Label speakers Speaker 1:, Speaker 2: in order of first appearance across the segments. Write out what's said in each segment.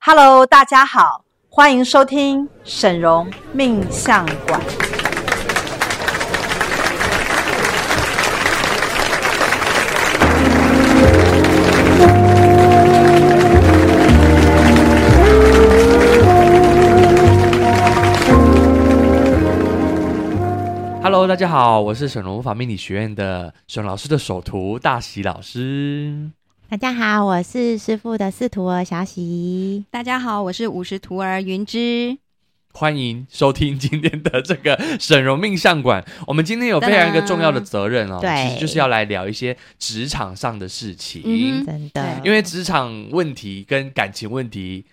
Speaker 1: Hello，大家好，欢迎收听沈荣命相馆。
Speaker 2: Hello，大家好，我是沈荣法命理学院的沈老师的首徒大喜老师。
Speaker 3: 大家好，我是师傅的四徒儿小喜。
Speaker 4: 大家好，我是五十徒儿云芝。
Speaker 2: 欢迎收听今天的这个沈荣命相馆。我们今天有非常一个重要的责任哦，
Speaker 3: 对
Speaker 2: 其实就是要来聊一些职场上的事情，
Speaker 4: 嗯
Speaker 3: 真的，
Speaker 2: 因为职场问题跟感情问题。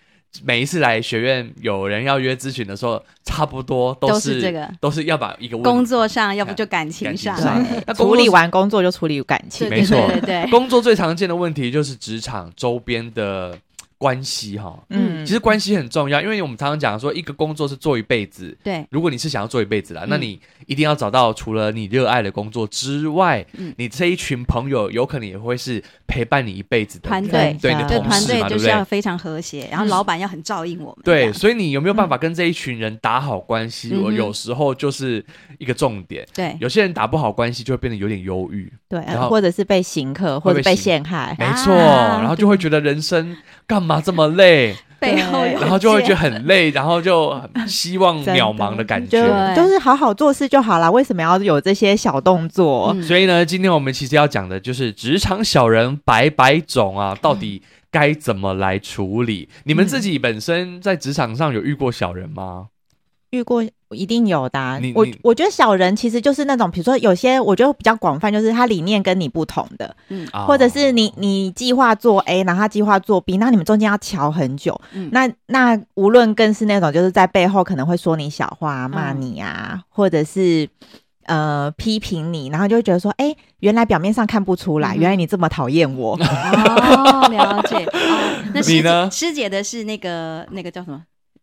Speaker 2: 每一次来学院有人要约咨询的时候，差不多都
Speaker 4: 都
Speaker 2: 是
Speaker 4: 是这个
Speaker 2: 都是要把一个问
Speaker 4: 工作上，要不
Speaker 2: 感
Speaker 4: 就感情上，
Speaker 2: 感情上那工
Speaker 3: 对，
Speaker 2: 作
Speaker 3: 哎处理完工作就处理感情
Speaker 4: 对，
Speaker 2: 没错
Speaker 4: 对对对对，
Speaker 2: 工作最常见的问题就是职场周边的关系哈、
Speaker 3: 嗯，
Speaker 2: 其实关系很重要，因为我们常常讲说，一个工作是做一辈子。
Speaker 4: 对
Speaker 2: 如果你是想要做一辈子啦，
Speaker 4: 嗯
Speaker 2: 那你一定要找到除了你热爱的工作之外，
Speaker 4: 嗯
Speaker 2: 你这一群朋友有可能也会是陪伴你一辈子的
Speaker 4: 团
Speaker 2: 人
Speaker 4: 队
Speaker 2: 对你
Speaker 3: 对
Speaker 2: 的
Speaker 4: 就
Speaker 2: 同
Speaker 4: 团
Speaker 2: 事
Speaker 4: 队
Speaker 2: 嘛，对
Speaker 4: 就
Speaker 2: 不
Speaker 4: 是要
Speaker 2: 对？
Speaker 4: 非常和谐，然后老板要很照应我们。
Speaker 2: 对，
Speaker 4: 这样
Speaker 2: 所以你有没有办法跟这一群人打好关系？
Speaker 4: 嗯
Speaker 2: 我
Speaker 4: 嗯哼哎
Speaker 2: 有时候就是一个重点，
Speaker 4: 对，
Speaker 2: 有些人打不好关系就会变得有点忧郁，
Speaker 3: 对，
Speaker 2: 然后
Speaker 3: 呃
Speaker 2: 啊
Speaker 3: 或者是被刑克，或者被陷害，
Speaker 4: 啊
Speaker 2: 没错，然后就会觉得人生干嘛这么累，
Speaker 4: 背后有
Speaker 2: 然后就会觉得
Speaker 4: 见
Speaker 2: 很累，然后就很希望
Speaker 3: 真
Speaker 2: 渺茫的感
Speaker 3: 就
Speaker 2: 觉。
Speaker 4: 对
Speaker 3: 就是好好做事就好了，为什么要有这些小动作？
Speaker 4: 嗯
Speaker 2: 所以呢，今天我们其实要讲的就是职场小人百百种啊，到底该怎么来处理？
Speaker 3: 嗯
Speaker 2: 你们自己本身在职场上有遇过小人吗？
Speaker 3: 遇过一定有的啊、
Speaker 2: 你
Speaker 3: 我
Speaker 2: 你
Speaker 3: 我觉得小人其实就是那种，比如说有些我觉得比较广泛，就是他理念跟你不同的，
Speaker 4: 嗯
Speaker 2: 啊
Speaker 3: 或者是你你计划做 A，然后他计划做 B，那你们中间要瞧很久。
Speaker 4: 嗯
Speaker 3: 那那无论更是那种就是在背后可能会说你小话、啊、骂
Speaker 4: 嗯
Speaker 3: 你啊，或者是呃批评你，然后就会觉得说，哎、原来表面上看不出来，
Speaker 4: 嗯哼
Speaker 3: 原来你这么讨厌我。
Speaker 4: 哦，了解。哦，那师
Speaker 2: 你呢
Speaker 4: 姐师姐的是那个那个叫什么？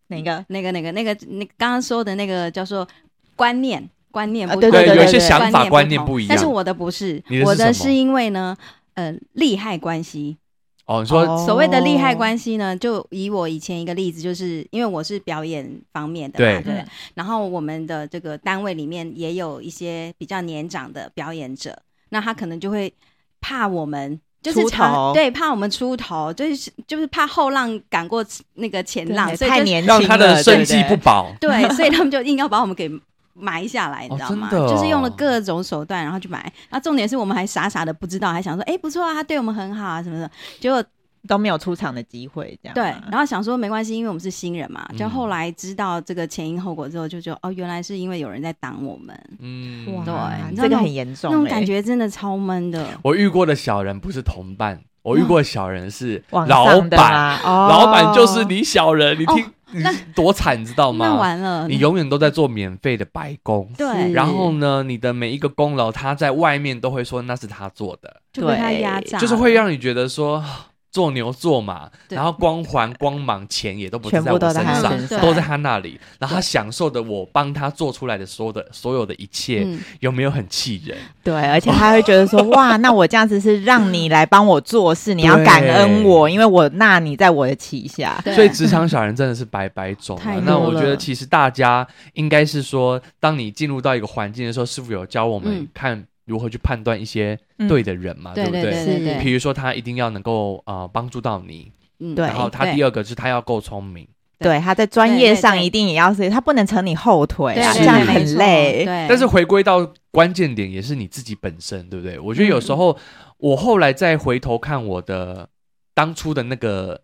Speaker 3: 哪个？
Speaker 4: 那个那个那个那个刚刚说的那个叫做观念。观念
Speaker 3: 啊
Speaker 4: 不
Speaker 3: 对
Speaker 4: 同，
Speaker 3: 对对对对对
Speaker 2: 想法观念
Speaker 4: 同
Speaker 2: 不一样
Speaker 4: 但是我的不是
Speaker 2: 你的，是
Speaker 4: 我
Speaker 2: 什么
Speaker 4: 的是因为呢，呃，利害关系，
Speaker 2: 哦，你 说
Speaker 3: 哦
Speaker 4: 所谓的利害关系呢，就以我以前一个例子，就是因为我是表演方面的嘛，
Speaker 2: 对
Speaker 4: 对不对。然后我们的这个单位里面也有一些比较年长的表演者，那他可能就会怕我们。就是
Speaker 3: 出
Speaker 4: 常
Speaker 3: 头
Speaker 4: 对，怕我们出头，就是就是怕后浪赶过那个前浪，所以
Speaker 3: 太
Speaker 4: 就
Speaker 3: 年轻
Speaker 2: 让
Speaker 3: 了，
Speaker 2: 他的生计
Speaker 3: 对
Speaker 2: 不
Speaker 3: 对
Speaker 2: 保，
Speaker 4: 对， 所以他们就硬要把我们给埋下来，你
Speaker 2: 哦
Speaker 4: 知道吗？
Speaker 2: 真的哦
Speaker 4: 就是用了各种手段，然后去埋。那重点是我们还傻傻的不知道，还想说，哎，不错啊，他对我们很好啊，什么的。结果
Speaker 3: 都没有出场的机会，这样
Speaker 4: 对，
Speaker 3: 吗
Speaker 4: 然后想说没关系，因为我们是新人嘛。就
Speaker 2: 啊嗯
Speaker 4: 后来知道这个前因后果之后，就觉得哦，原来是因为有人在挡我们，
Speaker 2: 嗯，
Speaker 4: 对
Speaker 3: 哇，
Speaker 4: 你
Speaker 3: 这
Speaker 4: 知道
Speaker 3: 个
Speaker 4: 那种
Speaker 3: 很严重、
Speaker 4: 那
Speaker 3: 欸，
Speaker 4: 种感觉真的超闷的。
Speaker 2: 我遇过的小人不是同伴，我遇过的小人是
Speaker 3: 往
Speaker 2: 老
Speaker 3: 上的
Speaker 2: 板，
Speaker 3: 啦，哦、
Speaker 2: 老板就是你小人，你
Speaker 4: 哦
Speaker 2: 听你多惨，你知道
Speaker 4: 那
Speaker 2: 吗？
Speaker 4: 完了，
Speaker 2: 你永远都在做免费的白工。
Speaker 4: 对，
Speaker 2: 然后呢，你的每一个功劳，他在外面都会说那是他做的，
Speaker 4: 就被他
Speaker 3: 对
Speaker 4: 压榨了，
Speaker 2: 就是会让你觉得说啊做牛做马，
Speaker 4: 对
Speaker 2: 然后光环、光芒、钱也都不是
Speaker 3: 全
Speaker 2: 在
Speaker 3: 部
Speaker 2: 我
Speaker 3: 都在他
Speaker 2: 身上，
Speaker 3: 身
Speaker 4: 对
Speaker 3: 上，
Speaker 2: 都在他那里，然后他享受的我帮他做出来的所有的所有的一切，
Speaker 4: 嗯，
Speaker 2: 有没有很气人？
Speaker 3: 对，而且他会觉 得说，哇，那我这样子是让你来帮我做事，你要感恩我，因为我纳你在我的旗下。
Speaker 4: 对
Speaker 2: 所以职场小人真的是百百种、啊
Speaker 4: 太。
Speaker 2: 那
Speaker 4: 多
Speaker 2: 我觉得
Speaker 4: 了
Speaker 2: 其实大家应该是说，当你进入到一个环境的时候，师傅有教我们
Speaker 4: 嗯
Speaker 2: 看如何去判断一些
Speaker 3: 嗯
Speaker 2: 对的人嘛，
Speaker 4: 对
Speaker 2: 不
Speaker 4: 对
Speaker 2: 对？
Speaker 4: 对
Speaker 3: 是
Speaker 2: 比
Speaker 4: 对，
Speaker 2: 如说他一定要能够呃帮助到你，
Speaker 4: 嗯
Speaker 3: 对
Speaker 2: 然后他
Speaker 4: 对
Speaker 2: 第二个是他要够聪明。
Speaker 3: 对，他在专业上
Speaker 4: 对对对
Speaker 3: 一定也要是，他不能扯你后腿
Speaker 4: 对
Speaker 3: 啊，
Speaker 4: 对
Speaker 3: 这样
Speaker 4: 对，
Speaker 3: 很
Speaker 4: 没错
Speaker 3: 累。
Speaker 4: 对，
Speaker 2: 但是回归到关键点，也是你自己本身，对不对？我觉得有时
Speaker 4: 嗯
Speaker 2: 候、我后来再回头看我的当初的那个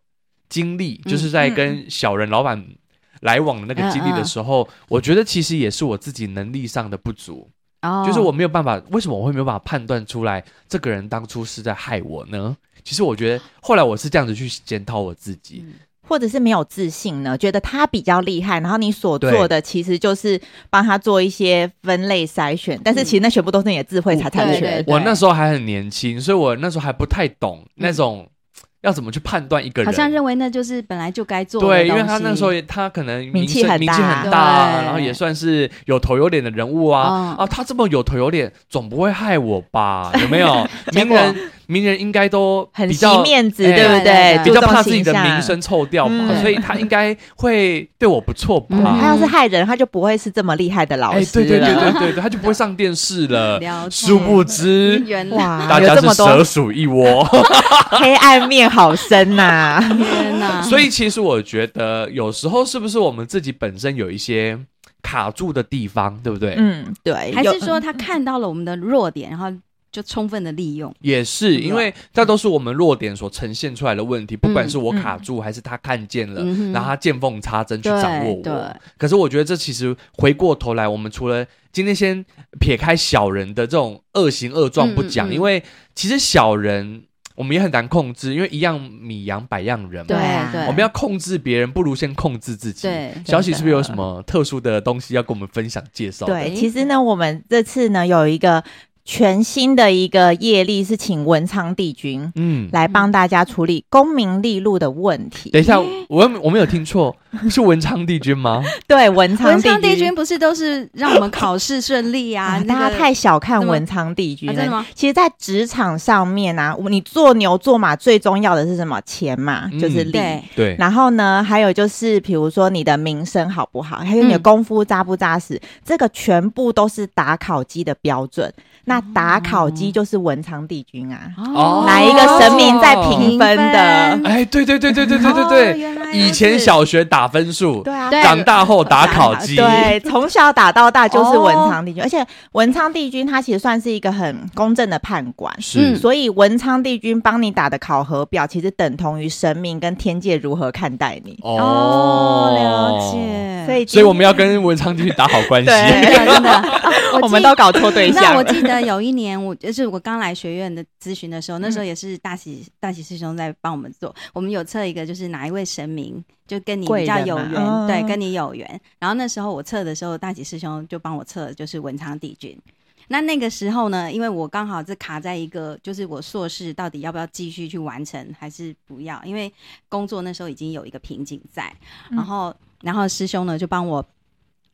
Speaker 2: 经历，
Speaker 4: 嗯嗯
Speaker 2: 就是在跟小人老板来往的那个经历的时候，我觉得其实也是我自己能力上的不足，
Speaker 4: 哦
Speaker 2: 就是我没有办法，为什么我会没有办法判断出来这个人当初是在害我呢？其实我觉得后来我是这样子去检讨我自己，
Speaker 4: 嗯
Speaker 3: 或者是没有自信呢，觉得他比较厉害，然后你所
Speaker 2: 对
Speaker 3: 做的其实就是帮他做一些分类筛选，但是其实那全部都是你的智慧财产
Speaker 4: 嗯对
Speaker 3: 权。
Speaker 4: 对
Speaker 2: 我那时候还很年轻，所以我那时候还不太懂那种要怎么去判断一个人，
Speaker 4: 好像认为那就是本来就该做的
Speaker 2: 对，因为
Speaker 4: 东
Speaker 2: 他那
Speaker 4: 西
Speaker 2: 时候也他可能
Speaker 3: 名气
Speaker 2: 声
Speaker 3: 很
Speaker 2: 名气
Speaker 3: 大
Speaker 2: 很大啊，
Speaker 4: 对
Speaker 2: 然后也算是有头有脸的人物啊。
Speaker 4: 嗯
Speaker 2: 啊，他这么有头有脸，总不会害我吧？有没有
Speaker 4: 结
Speaker 2: 名
Speaker 4: 果
Speaker 2: 人名人应该都
Speaker 3: 很
Speaker 2: 比
Speaker 3: 惜
Speaker 2: 较
Speaker 3: 面子，
Speaker 2: 哎
Speaker 3: 对不对？
Speaker 2: 比
Speaker 3: 注
Speaker 2: 较
Speaker 3: 重
Speaker 2: 怕自己
Speaker 3: 形
Speaker 2: 的
Speaker 3: 象
Speaker 2: 名声臭掉嘛，
Speaker 3: 嗯
Speaker 2: 所以他应该会对我不错吧？
Speaker 3: 嗯
Speaker 4: 啊
Speaker 3: 他要是害人，他就不会是这么厉害的老
Speaker 2: 哎，
Speaker 3: 师
Speaker 2: 对对对
Speaker 3: 了。
Speaker 2: 对对对，他就不会上电视了。
Speaker 4: 了解
Speaker 2: 殊不知，
Speaker 4: 原来
Speaker 3: 哇，
Speaker 2: 大
Speaker 3: 有
Speaker 2: 家
Speaker 3: 这
Speaker 2: 是
Speaker 3: 么
Speaker 2: 蛇
Speaker 3: 多
Speaker 2: 鼠一窝。
Speaker 3: 黑暗面，好深呐！
Speaker 4: 天 哪！
Speaker 2: 所以其实我觉得，有时候是不是我们自己本身有一些卡住的地方，对不对？
Speaker 3: 嗯，对，
Speaker 4: 还
Speaker 3: 有
Speaker 4: 是说
Speaker 2: 呃
Speaker 4: 他看到了我们的弱点，然后就充分的利用。
Speaker 2: 也是，
Speaker 4: 对
Speaker 2: 因为这都是我们弱点所呈现出来的问题，不管是我
Speaker 3: 嗯
Speaker 2: 卡住还是他看见了，
Speaker 4: 嗯哼
Speaker 2: 然后他见缝插针去掌握
Speaker 4: 对
Speaker 2: 我
Speaker 4: 对。，
Speaker 2: 可是我觉得这其实回过头来，我们除了今天先撇开小人的这种恶行恶状不讲，
Speaker 4: 嗯嗯嗯
Speaker 2: 因为其实小人我们也很难控制，因为一样米养百样人嘛
Speaker 4: 对。
Speaker 3: 啊
Speaker 4: 对，
Speaker 2: 我们要控制别人，不如先控制自己。
Speaker 4: 对
Speaker 2: 小喜是不是有什么特殊的东西要跟我们分享介绍？
Speaker 3: 对，其实呢，我们这次呢有一个全新的一个业力，是请文昌帝君
Speaker 2: 嗯，
Speaker 3: 来帮大家处理功名利禄的问题。
Speaker 2: 等一下，我有我没有听 错，是文昌帝君吗？
Speaker 3: 对，文昌
Speaker 4: 文昌帝君
Speaker 3: 君。
Speaker 4: 不是都是让我们考试顺利啊？
Speaker 3: 啊，
Speaker 4: 那
Speaker 3: 大家
Speaker 4: 个
Speaker 3: 太小看
Speaker 4: 怎么
Speaker 3: 文昌帝君
Speaker 4: 啊真的
Speaker 3: 了
Speaker 4: 吗。
Speaker 3: 其实，在职场上面啊，你做牛做马最重要的是什么？钱嘛，就是
Speaker 2: 嗯
Speaker 3: 利。
Speaker 4: 对，
Speaker 2: 对，
Speaker 3: 然后呢，还有就是，比如说你的名声好不好，还有你的
Speaker 4: 嗯
Speaker 3: 功夫扎不扎实，这个全部都是打考机的标准。那打考机就是文昌帝君啊，
Speaker 2: 哦
Speaker 3: 哪一个神明在评
Speaker 4: 嗯哦评
Speaker 3: 分的？
Speaker 4: 分
Speaker 2: 哎，对对对对对对对对，
Speaker 4: 哦原来如此
Speaker 2: 以前小学打分数，
Speaker 3: 对啊，
Speaker 4: 对
Speaker 2: 长大后打烤鸡，
Speaker 3: 对，从小打到大就是文昌
Speaker 4: 哦
Speaker 3: 帝君，而且文昌帝君他其实算是一个很公正的判官。
Speaker 2: 是
Speaker 4: 嗯
Speaker 3: 所以文昌帝君帮你打的考核表，其实等同于神明跟天界如何看待你。
Speaker 4: 哦，了。解。
Speaker 3: 所以，
Speaker 2: 哦所以我们要跟文昌帝君打好关系。
Speaker 3: 对
Speaker 4: 真的真的，啊
Speaker 3: 我们
Speaker 4: 记
Speaker 3: 都搞错对
Speaker 4: 那
Speaker 3: 象
Speaker 4: 我
Speaker 3: 了。
Speaker 4: 记得有一年，我就是我刚来学院的咨询的时候，那
Speaker 3: 嗯
Speaker 4: 时候也是大喜大喜师兄在帮我们做，我们有测一个就是哪一位神明就跟你比较有
Speaker 3: 贵
Speaker 4: 缘，
Speaker 3: 人嘛
Speaker 4: 对，
Speaker 3: 嗯
Speaker 4: 跟你有缘。然后那时候我测的时候，大喜师兄就帮我测的就是文昌帝君。那那个时候呢，因为我刚好是卡在一个，就是我硕士到底要不要继续去完成，还是不要？因为工作那时候已经有一个瓶颈在，
Speaker 3: 嗯
Speaker 4: 然后然后师兄呢就帮我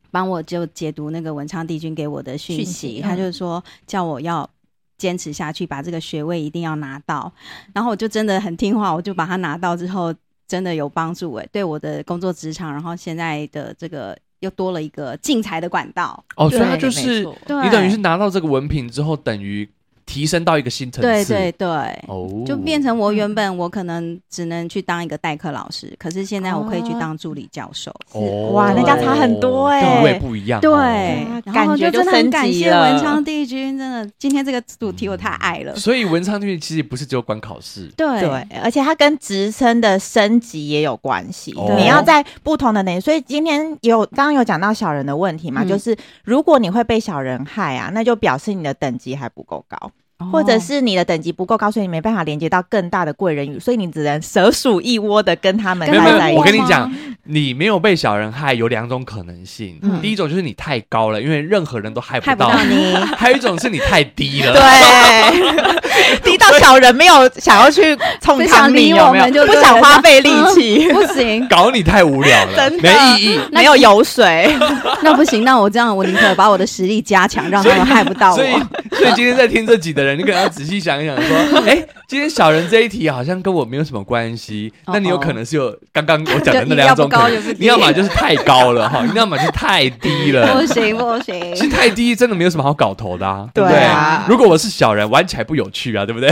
Speaker 4: 帮我就解读那个文昌帝君给我的讯息，
Speaker 3: 讯息
Speaker 4: 他
Speaker 3: 嗯
Speaker 4: 就说叫我要。坚持下去，把这个学位一定要拿到。然后我就真的很听话，我就把它拿到之后，真的有帮助诶、对我的工作职场，然后现在的这个又多了一个进财的管道。
Speaker 2: 哦，所以
Speaker 3: 对
Speaker 2: 他就
Speaker 3: 没
Speaker 2: 是
Speaker 3: 错
Speaker 4: 对，
Speaker 2: 你等于是拿到这个文凭之后，等于提升到一个新层
Speaker 4: 对
Speaker 2: 次。
Speaker 4: 对对，
Speaker 2: 哦，
Speaker 4: 就变成我原本我可能只能去当一个代课老师，可是现在我可以去
Speaker 3: 哦
Speaker 4: 当助理教授。
Speaker 2: 哦，
Speaker 3: 哇
Speaker 4: 那这样
Speaker 3: 差很多哎
Speaker 2: 地位不一样哦。
Speaker 4: 对，然
Speaker 3: 啊
Speaker 4: 后
Speaker 3: 感觉就
Speaker 4: 真的很感
Speaker 3: 升级
Speaker 4: 谢文
Speaker 3: 了嗯
Speaker 4: 昌帝君，真的今天这个主题我太爱了。
Speaker 2: 所以文昌帝君其实不是只有管考试，
Speaker 4: 对
Speaker 3: 对，而且它跟职称的升级也有关系。
Speaker 2: 哦
Speaker 3: 你要在不同的年，所以今天有刚刚有讲到小人的问题嘛，
Speaker 4: 嗯
Speaker 3: 就是如果你会被小人害啊，那就表示你的等级还不够高，
Speaker 2: 哦
Speaker 3: 或者是你的等级不够高，所以你没办法连接到更大的贵人与，所以你只能蛇鼠一窝的跟他们
Speaker 4: 跟
Speaker 2: 没有
Speaker 3: 待
Speaker 4: 他
Speaker 3: 在
Speaker 2: 没有，
Speaker 3: 一起
Speaker 2: 我。跟你
Speaker 4: 吗
Speaker 2: 讲，你没有被小人害有两种可能性
Speaker 4: 嗯。
Speaker 2: 第一种就是你太高了，因为任何人都害
Speaker 4: 害
Speaker 2: 不
Speaker 4: 不
Speaker 3: 哦
Speaker 2: 到
Speaker 4: 到 你。
Speaker 2: 还有一种是你太低了。
Speaker 3: 对， 提到小人没有想要去冲
Speaker 4: 不
Speaker 3: 康
Speaker 4: 想
Speaker 3: 你，
Speaker 4: 理
Speaker 3: 有
Speaker 4: 我
Speaker 3: 没有
Speaker 4: 们就
Speaker 3: 不
Speaker 4: 对
Speaker 3: 想
Speaker 4: 了嗯
Speaker 3: 花费力气，
Speaker 4: 不行，
Speaker 2: 搞你太无聊了，
Speaker 3: 真的
Speaker 2: 没意义。
Speaker 4: 那
Speaker 3: 没有油 水。
Speaker 4: 那不行，那我这样，我宁可把我的实力加强，让他们害不到
Speaker 2: 所以
Speaker 4: 我。，
Speaker 2: 所以今天在听这集的人，你可能要仔细想一想， 说，哎、今天小人这一题好像跟我没有什么关系。
Speaker 4: 哦
Speaker 2: 那你有可能是有刚刚我讲的那
Speaker 4: 就
Speaker 2: 两种可
Speaker 4: 要不高就是
Speaker 2: 能，
Speaker 4: 低
Speaker 2: 你要么就是太高了哈，你要么就是太低了
Speaker 4: 不。行不
Speaker 2: 其实
Speaker 4: 行，
Speaker 2: 太低真的没有什么好搞头的、啊，对不
Speaker 3: 对
Speaker 2: 对？
Speaker 3: 啊嗯
Speaker 2: 如果我是小人，玩起来不有趣啊，对不 对？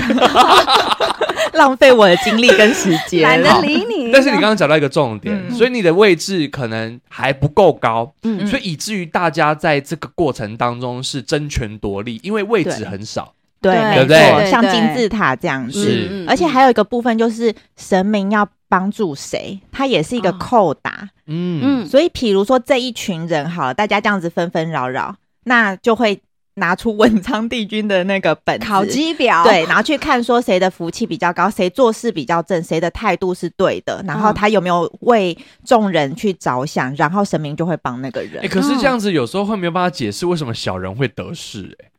Speaker 3: 浪费我的精力跟时间，
Speaker 4: 懒得理你。
Speaker 2: 但是你刚刚讲到一个重点，
Speaker 3: 嗯
Speaker 2: 所以你的位置可能还不够高，
Speaker 4: 嗯
Speaker 2: 所以以至于大家在这个过程当中是争权夺利，因为位置
Speaker 3: 对
Speaker 2: 很少。
Speaker 3: 对，
Speaker 4: 对
Speaker 2: 对
Speaker 3: 没错，
Speaker 2: 不对
Speaker 4: 对
Speaker 3: 像
Speaker 4: 对
Speaker 3: 金字塔这样子。
Speaker 2: 是
Speaker 4: 嗯嗯
Speaker 3: 而且还有一个部分就是神明要帮助谁，它也是一个
Speaker 4: 哦
Speaker 3: 扣打。
Speaker 2: 嗯，
Speaker 4: 嗯，
Speaker 3: 所以，比如说这一群人好了，大家这样子纷纷扰扰，那就会拿出文昌帝君的那个本子
Speaker 4: 考。绩表，
Speaker 3: 对，然后去看说谁的福气比较高，谁做事比较正，谁的态度是对的，然后
Speaker 4: 嗯
Speaker 3: 他有没有为众人去着想，然后神明就会帮那个人。
Speaker 2: 哎、可是这样子有时候会没有办法解释为什么小人会得势、哎，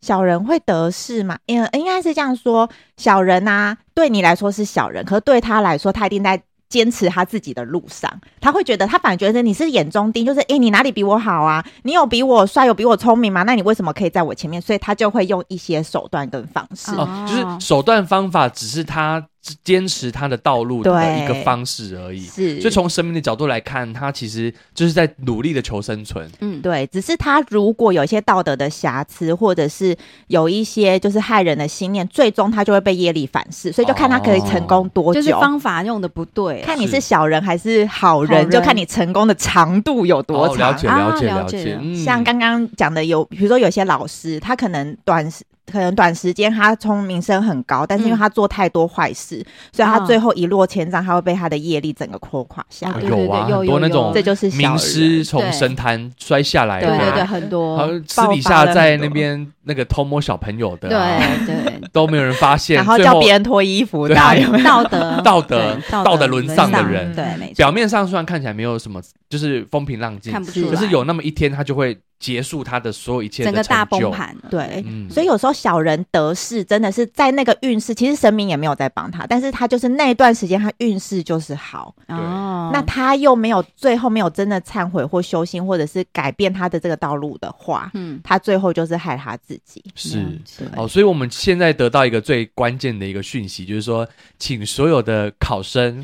Speaker 3: 小人会得势嘛？嗯，应该是这样说。小人啊，对你来说是小人，可是对他来说，他一定在坚持他自己的路上，他会觉得他反而觉得你是眼中钉，就是诶、你哪里比我好啊？你有比我帅，有比我聪明吗？那你为什么可以在我前面？所以他就会用一些手段跟方式。
Speaker 4: 哦
Speaker 2: 哦，就是手段方法只是他坚持他的道路的
Speaker 3: 对
Speaker 2: 一个方式而已。
Speaker 3: 是，
Speaker 2: 所以从生命的角度来看，他其实就是在努力的求生存。
Speaker 4: 嗯，
Speaker 3: 对，只是他如果有一些道德的瑕疵，或者是有一些就是害人的心念，最终他就会被业力反噬，所以就看他可以成功多久。
Speaker 4: 哦就是方法用的不对，
Speaker 3: 看你
Speaker 2: 是
Speaker 3: 是小人还是好人，
Speaker 4: 好人
Speaker 3: 就看你成功的长度有多
Speaker 2: 哦
Speaker 3: 长。
Speaker 2: 了解
Speaker 4: 啊
Speaker 2: 了解
Speaker 4: 了
Speaker 2: 了
Speaker 4: 解
Speaker 2: 解
Speaker 4: 了。
Speaker 2: 嗯
Speaker 3: 像刚刚讲的有，比如说有些老师，他可能短时。可能短时间他聪明声很高，但是因为
Speaker 4: 嗯
Speaker 3: 他做太多坏事，所以他
Speaker 4: 啊
Speaker 3: 最后一落千丈，他会被他的业力整个拖垮下来。
Speaker 4: 哦
Speaker 2: 啊
Speaker 4: 对对
Speaker 2: 有啊
Speaker 4: 对有
Speaker 2: 很多
Speaker 4: 有
Speaker 2: 那种
Speaker 4: 有
Speaker 3: 这就是小
Speaker 2: 名
Speaker 3: 人
Speaker 2: 师。从
Speaker 4: 对
Speaker 2: 神坛摔下来的，
Speaker 4: 对对对，
Speaker 3: 啊
Speaker 4: 很
Speaker 2: 好
Speaker 4: 多，
Speaker 2: 像私底
Speaker 3: 爆发
Speaker 2: 下
Speaker 3: 了很
Speaker 2: 在那
Speaker 3: 多
Speaker 2: 边那个偷摸小朋友
Speaker 4: 对
Speaker 2: 的啊，
Speaker 4: 对，
Speaker 2: 都没有人发现，
Speaker 3: 然后
Speaker 2: 最
Speaker 3: 叫别人脱衣服
Speaker 2: 对
Speaker 3: 的，
Speaker 2: 啊
Speaker 3: 有没有？
Speaker 4: 道德
Speaker 2: 道德
Speaker 4: 对
Speaker 2: 道德
Speaker 4: 德
Speaker 2: 沦丧
Speaker 3: 的
Speaker 4: 丧
Speaker 3: 人
Speaker 4: 对，没错，
Speaker 2: 表面上虽然看起来没有什么，就是风平浪静
Speaker 4: 看，不出来，
Speaker 2: 可是有那么一天，他就会结束他的所有一切的
Speaker 4: 整个大
Speaker 2: 成就
Speaker 4: 崩。盘了，
Speaker 3: 对，
Speaker 2: 嗯
Speaker 3: 所以有时候小人得势，真的是在那个运势，其实神明也没有在帮他，但是他就是那一段时间他运势就是好，
Speaker 4: 哦，
Speaker 3: 那他又没有最后没有真的忏悔或修心，或者是改变他的这个道路的话，
Speaker 4: 嗯
Speaker 3: 他最后就是害他自己。
Speaker 2: 是
Speaker 4: 了解
Speaker 2: 哦，所以我们现在得到一个最关键的一个讯息，就是说，请所有的考生，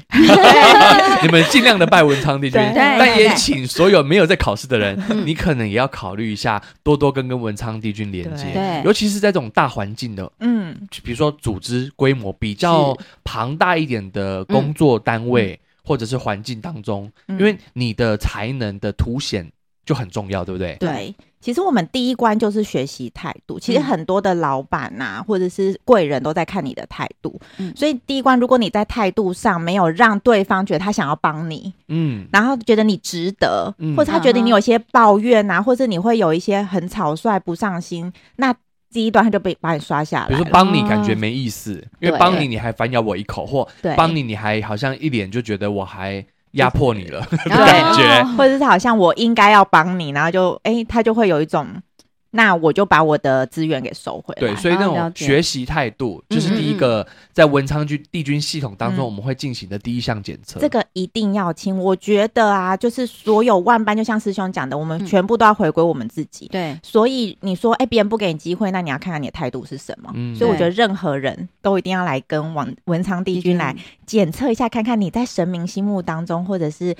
Speaker 2: 你们尽量的拜文昌帝君
Speaker 3: 对，
Speaker 2: 但也
Speaker 4: 对
Speaker 2: 请所有没有在考试的人，
Speaker 4: 嗯
Speaker 2: 你可能也要考虑一下，多多跟跟文昌帝君连接，
Speaker 4: 对
Speaker 2: 尤其是在这种大环境的
Speaker 3: 嗯，
Speaker 2: 比如说组织规模比较庞大一点的工作单位、或者是环境当中，
Speaker 3: 嗯
Speaker 2: 因为你的才能的凸显就很重要，对不对？
Speaker 3: 对。其实我们第一关就是学习态度。其实很多的老板呐、或者是贵人都在看你的态度。
Speaker 4: 嗯
Speaker 3: 所以第一关，如果你在态度上没有让对方觉得他想要帮你，
Speaker 2: 嗯，
Speaker 3: 然后觉得你值得，
Speaker 2: 嗯
Speaker 3: 或者他觉得你有一些抱怨啊，或者你会有一些很草率、不上心，那第一段他就被把你刷下
Speaker 2: 比
Speaker 3: 来
Speaker 2: 如
Speaker 3: 了。
Speaker 2: 说帮你感觉没意思，因为
Speaker 3: 对
Speaker 2: 帮你你还反咬我一口，或
Speaker 3: 嗯对，
Speaker 2: 帮你你还好像一脸就觉得我还压迫你了的
Speaker 4: 然后
Speaker 2: 感觉。
Speaker 3: 或者是好像我应该要帮你，然后就哎，他就会有一种，那我就把我的资源给收回来。
Speaker 2: 对，所以那
Speaker 4: 哦了
Speaker 2: 种
Speaker 4: 解
Speaker 2: 学习态度
Speaker 3: 嗯
Speaker 2: 就是第一个在文昌君帝君系统当中我们会进行的第一项检测。
Speaker 3: 这个一定要清。我觉得啊，就是所有万般，就像师兄讲的，我们
Speaker 4: 嗯
Speaker 3: 全部都要回归我们自己。
Speaker 4: 对
Speaker 3: 所以你说，哎、别人不给你机会，那你要看看你的态度是什么。
Speaker 2: 嗯
Speaker 3: 所以我觉
Speaker 4: 对
Speaker 3: 得任何人都一定要来跟王文昌帝君来
Speaker 4: 嗯
Speaker 3: 检测一下，看看你在神明心目当中，或者是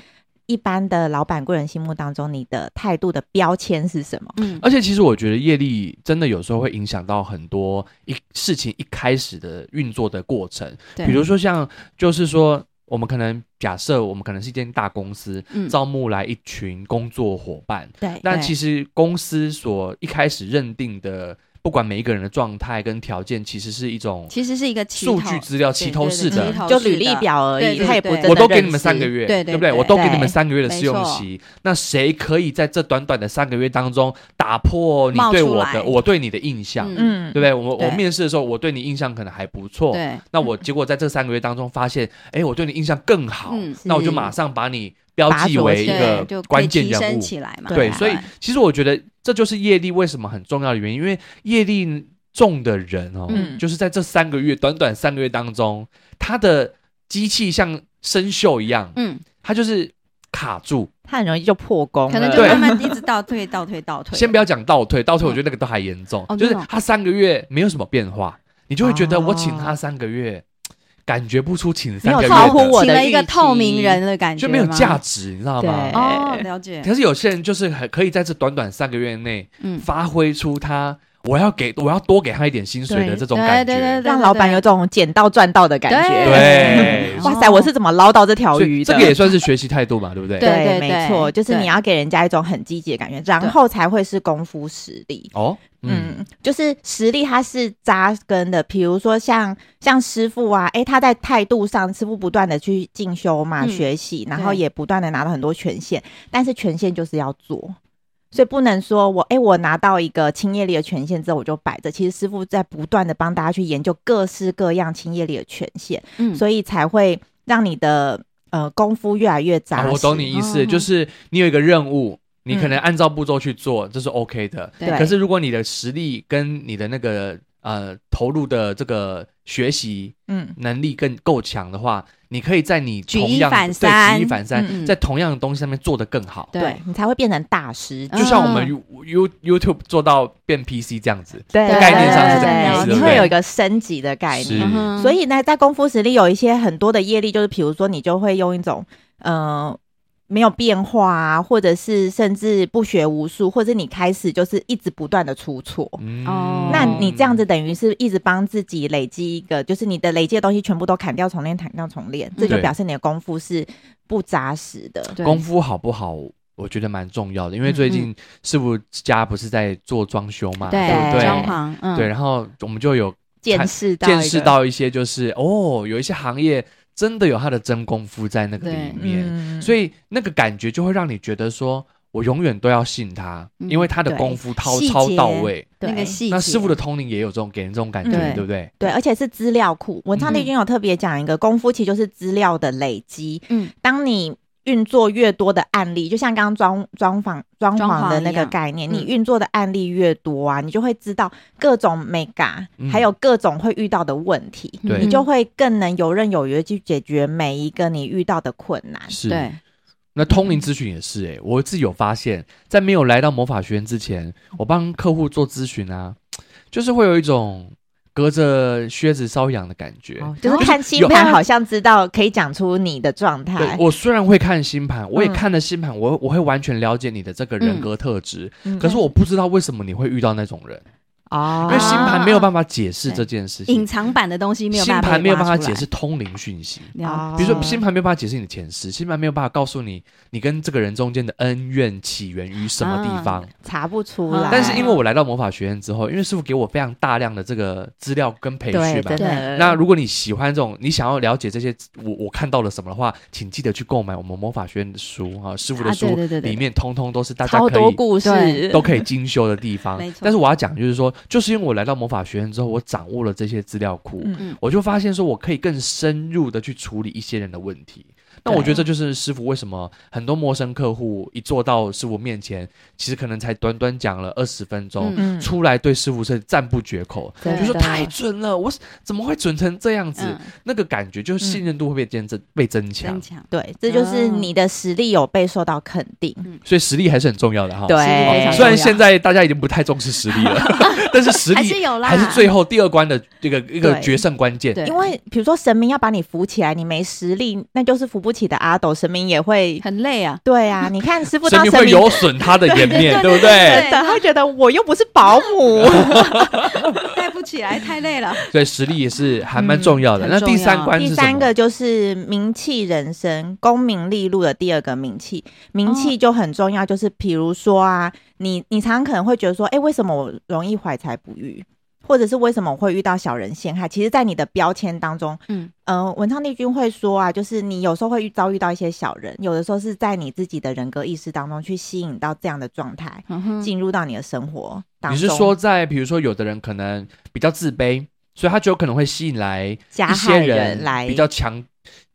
Speaker 3: 一般的老板贵人心目当中，你的态度的标签是什么？
Speaker 4: 嗯
Speaker 2: 而且其实我觉得业力真的有时候会影响到很多一事情一开始的运作的过程，
Speaker 4: 对
Speaker 2: 比如说像就是说我们可能假设我们可能是一间大公司，
Speaker 4: 嗯
Speaker 2: 招募来一群工作伙伴，
Speaker 4: 哎
Speaker 3: 对
Speaker 2: 但其实公司所一开始认定的，不管每一个人的状态跟条件，其实是一种
Speaker 4: 其实是一个起
Speaker 2: 数
Speaker 4: 头
Speaker 2: 据资料齐头式
Speaker 4: 对对
Speaker 2: 的
Speaker 4: 对齐头。
Speaker 3: 嗯就履历表而
Speaker 4: 对
Speaker 3: 已，
Speaker 4: 对
Speaker 3: 他也不
Speaker 4: 对
Speaker 3: 真的
Speaker 2: 我都给
Speaker 3: 认
Speaker 2: 你们三
Speaker 3: 识
Speaker 2: 个月，
Speaker 4: 对对
Speaker 2: 不对？
Speaker 4: 对哎
Speaker 2: 我都给
Speaker 3: 对
Speaker 2: 你们三个月的试用
Speaker 4: 没错
Speaker 2: 期，那谁可以在这短短的三个月当中打破你
Speaker 4: 冒
Speaker 2: 对
Speaker 4: 出
Speaker 2: 我
Speaker 4: 来
Speaker 2: 的我对你的印象？
Speaker 4: 嗯
Speaker 3: 嗯
Speaker 2: 对不，对？我我
Speaker 4: 对
Speaker 2: 面试的时候，我对你印象可能还不错，
Speaker 4: 对
Speaker 2: 那我结果在这三个月当中发现，哎，我对你印象更好
Speaker 4: 嗯，
Speaker 2: 那我就是马上把你标记为一
Speaker 4: 对，
Speaker 2: 个
Speaker 4: 就可以
Speaker 2: 关键
Speaker 4: 提升
Speaker 2: 人物。
Speaker 4: 起来嘛，
Speaker 2: 对，
Speaker 4: 啊
Speaker 2: 所以其实我觉得这就是业力为什么很重要的原因，因为业力重的人哦，
Speaker 3: 嗯
Speaker 2: 就是在这三个月短短三个月当中，他的机器像生锈一样，
Speaker 4: 嗯，
Speaker 2: 他就是卡住。
Speaker 3: 他很容易就破功了，
Speaker 4: 可能就
Speaker 2: 对
Speaker 4: 慢慢一直倒退，倒退，倒退。
Speaker 2: 先不要讲倒退，倒退我
Speaker 4: 嗯
Speaker 2: 觉得那个都还严重，
Speaker 4: 哦
Speaker 2: 就是
Speaker 4: 真的哦
Speaker 2: 他三个月没有什么变化，你就会觉得
Speaker 3: 哦
Speaker 2: 我请他三个月，感觉不出请
Speaker 3: 没
Speaker 2: 三
Speaker 3: 有
Speaker 2: 个月
Speaker 3: 超乎
Speaker 2: 的
Speaker 3: 我
Speaker 4: 请
Speaker 3: 的
Speaker 4: 了一个
Speaker 3: 预期
Speaker 4: 透明人的感觉
Speaker 2: 就没有
Speaker 4: 吗
Speaker 2: 价值，你知道吗
Speaker 3: 对？
Speaker 4: 哦，了解，
Speaker 2: 可是有些人就是很可以在这短短三个月内
Speaker 4: 嗯，
Speaker 2: 发挥出他，我要给我要多给他一点薪水的
Speaker 3: 对
Speaker 2: 这种感觉，
Speaker 4: 对对对对
Speaker 3: 让老板有种捡到赚到的感觉。
Speaker 2: 对对
Speaker 3: 哇塞，我是怎么捞到这条
Speaker 2: 所以
Speaker 3: 鱼
Speaker 2: 这
Speaker 3: 的？
Speaker 2: 个也算是学习态度嘛，对不对？
Speaker 4: 对对
Speaker 3: 没错，就
Speaker 4: 对
Speaker 3: 是你要给人家一种很积极的感觉，然后才会是功夫实力。
Speaker 2: 哦，嗯，
Speaker 3: 嗯，就是实力它是扎根的，比如说像像师傅啊，诶，他在态度上，师傅不断的去进修嘛，
Speaker 4: 嗯
Speaker 3: 学习，然
Speaker 4: 对
Speaker 3: 后也不断的拿到很多权限，但是权限就是要做。所以不能说我诶，我拿到一个清业力的权限之后我就摆着，其实师傅在不断的帮大家去研究各式各样清业力的权限，
Speaker 4: 嗯
Speaker 3: 所以才会让你的呃功夫越来越扎
Speaker 2: 啊
Speaker 3: 实。
Speaker 2: 我懂你意思，
Speaker 4: 哦
Speaker 2: 就是你有一个任务，你可
Speaker 3: 嗯
Speaker 2: 能按照步骤去做，这是 OK 的。嗯
Speaker 4: 对
Speaker 2: 可是如果你的实力跟你的那个呃投入的这个学习
Speaker 3: 嗯，
Speaker 2: 能力更够强的话，你可以在你
Speaker 4: 举
Speaker 2: 同
Speaker 4: 一
Speaker 2: 样
Speaker 4: 反
Speaker 2: 对
Speaker 4: 三
Speaker 2: 举一反三，
Speaker 4: 嗯嗯
Speaker 2: 在同样的东西上面做得更好。
Speaker 3: 对
Speaker 4: 对，
Speaker 3: 你才会变成大师。
Speaker 4: 嗯
Speaker 2: 就像我们 You You YouTube 做到变 PC 这样子，
Speaker 3: 对
Speaker 4: 对
Speaker 3: 对
Speaker 4: 概
Speaker 2: 念上是这
Speaker 4: 个意
Speaker 3: 对
Speaker 4: 思对
Speaker 3: 你
Speaker 4: 不
Speaker 3: 会
Speaker 4: 对
Speaker 3: 有一个升级的概念。
Speaker 2: 是
Speaker 4: 嗯
Speaker 3: 所以呢，在功夫实力有一些很多的业力，就是比如说你就会用一种呃没有变化啊，或者是甚至不学无术，或者你开始就是一直不断的出错。
Speaker 2: 嗯
Speaker 4: 哦
Speaker 3: 那你这样子等于是一直帮自己累积一个，就是你的累积的东西全部都砍掉重练，砍掉重练，这就
Speaker 2: 对
Speaker 3: 表示你的功夫是不扎实的。
Speaker 4: 对嗯
Speaker 2: 功夫好不好？我觉得蛮重要的，因为最近师傅家不是在做装修嘛，
Speaker 4: 对
Speaker 2: 不对？
Speaker 4: 装潢，嗯，
Speaker 2: 对，然后我们就有
Speaker 3: 见识到一个
Speaker 2: 见识，到一些，就是哦，有一些行业真的有他的真功夫在那个里面，
Speaker 3: 嗯
Speaker 2: 所以那个感觉就会让你觉得说，我永远都要信他，
Speaker 4: 嗯
Speaker 2: 因为他的功夫超超到位。
Speaker 3: 对
Speaker 4: 那个细节，
Speaker 2: 那师傅的通灵也有这种给人这种感觉，
Speaker 4: 对
Speaker 2: 对不对？嗯
Speaker 3: 对，而且是资料库。文昌帝君有特别讲一个功夫，其实就是资料的累积。
Speaker 4: 嗯，
Speaker 3: 当你运作越多的案例，就像刚刚装装潢装
Speaker 4: 装
Speaker 3: 潢
Speaker 4: 潢
Speaker 3: 的
Speaker 4: 一
Speaker 3: 那个
Speaker 4: 样
Speaker 3: 概念，
Speaker 4: 嗯
Speaker 3: 你运作的案例越多啊，你就会知道各种 mega，、
Speaker 2: 嗯
Speaker 3: 还有各种会遇到的问题，
Speaker 4: 嗯
Speaker 2: 对
Speaker 3: 你就会更能游刃有余的去解决每一个你遇到的困难。
Speaker 2: 是。
Speaker 4: 对
Speaker 2: 那通
Speaker 4: 嗯
Speaker 2: 灵咨询也是、欸，我自己有发现，在没有来到魔法学院之前，我帮客户做咨询啊，就是会有一种隔着靴子搔痒的感觉。
Speaker 4: 哦
Speaker 3: 就是看星
Speaker 2: 有
Speaker 3: 盘，好像知道可以讲出你的状
Speaker 2: 对
Speaker 3: 态。
Speaker 2: 我虽然会看星盘，我也
Speaker 3: 嗯
Speaker 2: 看了星盘，我我会完全了解你的这个人
Speaker 4: 嗯
Speaker 2: 格特质，
Speaker 3: 嗯
Speaker 2: 可是我不知道为什么你会遇到那种人，
Speaker 3: 哦
Speaker 2: 因为星盘没有办法解
Speaker 4: 啊
Speaker 2: 释这件事
Speaker 4: 隐
Speaker 2: 情，
Speaker 4: 藏版的东西没有
Speaker 2: 星
Speaker 4: 办法，
Speaker 2: 盘没有办法解释，啊通灵讯息。
Speaker 4: 了
Speaker 2: 比如
Speaker 3: 哦
Speaker 2: 说，星盘没有办法解释你的前世，星盘没有办法告诉你你跟这个人中间的恩怨起源于什么地方。
Speaker 3: 查不出
Speaker 4: 嗯
Speaker 3: 来。
Speaker 2: 但是因为我来到魔法学院之后，因为师傅给我非常大量的这个资料跟培
Speaker 3: 对
Speaker 2: 训嘛
Speaker 3: 真，的
Speaker 4: 对
Speaker 2: 那如果你喜欢这种，你想要了解这些我我看到了什么的话，请记得去购买我们魔法学院的书啊，师傅的
Speaker 4: 啊
Speaker 2: 书、
Speaker 4: 对对对对
Speaker 2: 里面通通都是大家
Speaker 3: 超
Speaker 2: 可
Speaker 3: 多
Speaker 2: 以
Speaker 3: 故事
Speaker 4: 对，
Speaker 2: 都可以精修的地方
Speaker 4: 没错。
Speaker 2: 但是我要讲就是说，就是因为我来到魔法学院之后，我掌握了这些资料库，
Speaker 3: 嗯
Speaker 4: 嗯
Speaker 2: 我就发现说我可以更深入的去处理一些人的问题。那
Speaker 3: 对
Speaker 2: 我觉得这就是师傅为什么很多陌生客户一坐到师傅面前，其实可能才短短讲了二十分钟，
Speaker 4: 嗯
Speaker 3: 嗯
Speaker 2: 出来对师傅是赞不绝口，
Speaker 4: 对
Speaker 2: 就说
Speaker 4: 真的
Speaker 2: 太准了，我是怎么会准成这样子？
Speaker 4: 嗯
Speaker 2: 那个感觉就是信任度会被增增、被增强
Speaker 4: 增，强，
Speaker 3: 对，这就是
Speaker 2: 嗯
Speaker 3: 你的实力有被受到肯定。
Speaker 2: 所以实力哦还是很重要的哈。
Speaker 3: 对
Speaker 4: 实力非常重要
Speaker 2: 虽然现在大家已经不太重视实力 了，但是实
Speaker 4: 还是
Speaker 2: 力
Speaker 4: 有啦，
Speaker 2: 还是最后第二关的这个一个
Speaker 3: 对
Speaker 2: 决胜关键。
Speaker 4: 对
Speaker 3: 因为比如说神明要把你扶起来，你没实力，那就是扶不起的阿斗，神明也会。
Speaker 4: 很累 啊，
Speaker 3: 对啊，你看师傅
Speaker 2: 神
Speaker 3: 当
Speaker 2: 明
Speaker 3: 神
Speaker 2: 会
Speaker 3: 明
Speaker 2: 有损他的颜面，对不对？
Speaker 3: 真的，他觉得我又不是保 姆。
Speaker 4: 带不起来，太累了。
Speaker 2: 所以实力也是还蛮
Speaker 3: 嗯
Speaker 2: 重要的。
Speaker 4: 很
Speaker 2: 那
Speaker 4: 重
Speaker 2: 第
Speaker 4: 要
Speaker 2: 三关是什
Speaker 3: 第三
Speaker 2: 么
Speaker 3: 个就是名气人生，功名利禄的第二个名气，名气就很重要。就是比如说啊，你你常常可能会觉得说，哎、为什么我容易怀才不遇，或者是为什么我会遇到小人陷害？其实，在你的标签当中，
Speaker 4: 嗯
Speaker 3: 呃，文昌帝君会说啊，就是你有时候会遇遭遇到一些小人，有的时候是在你自己的人格意识当中去吸引到这样的状态，
Speaker 4: 嗯哼
Speaker 3: 进入到你的生活当
Speaker 2: 你
Speaker 3: 中。
Speaker 2: 是说在比如说有的人可能比较自卑，所以他就有可能会吸引来
Speaker 3: 加
Speaker 2: 一些
Speaker 3: 害
Speaker 2: 人
Speaker 3: 来
Speaker 2: 比较强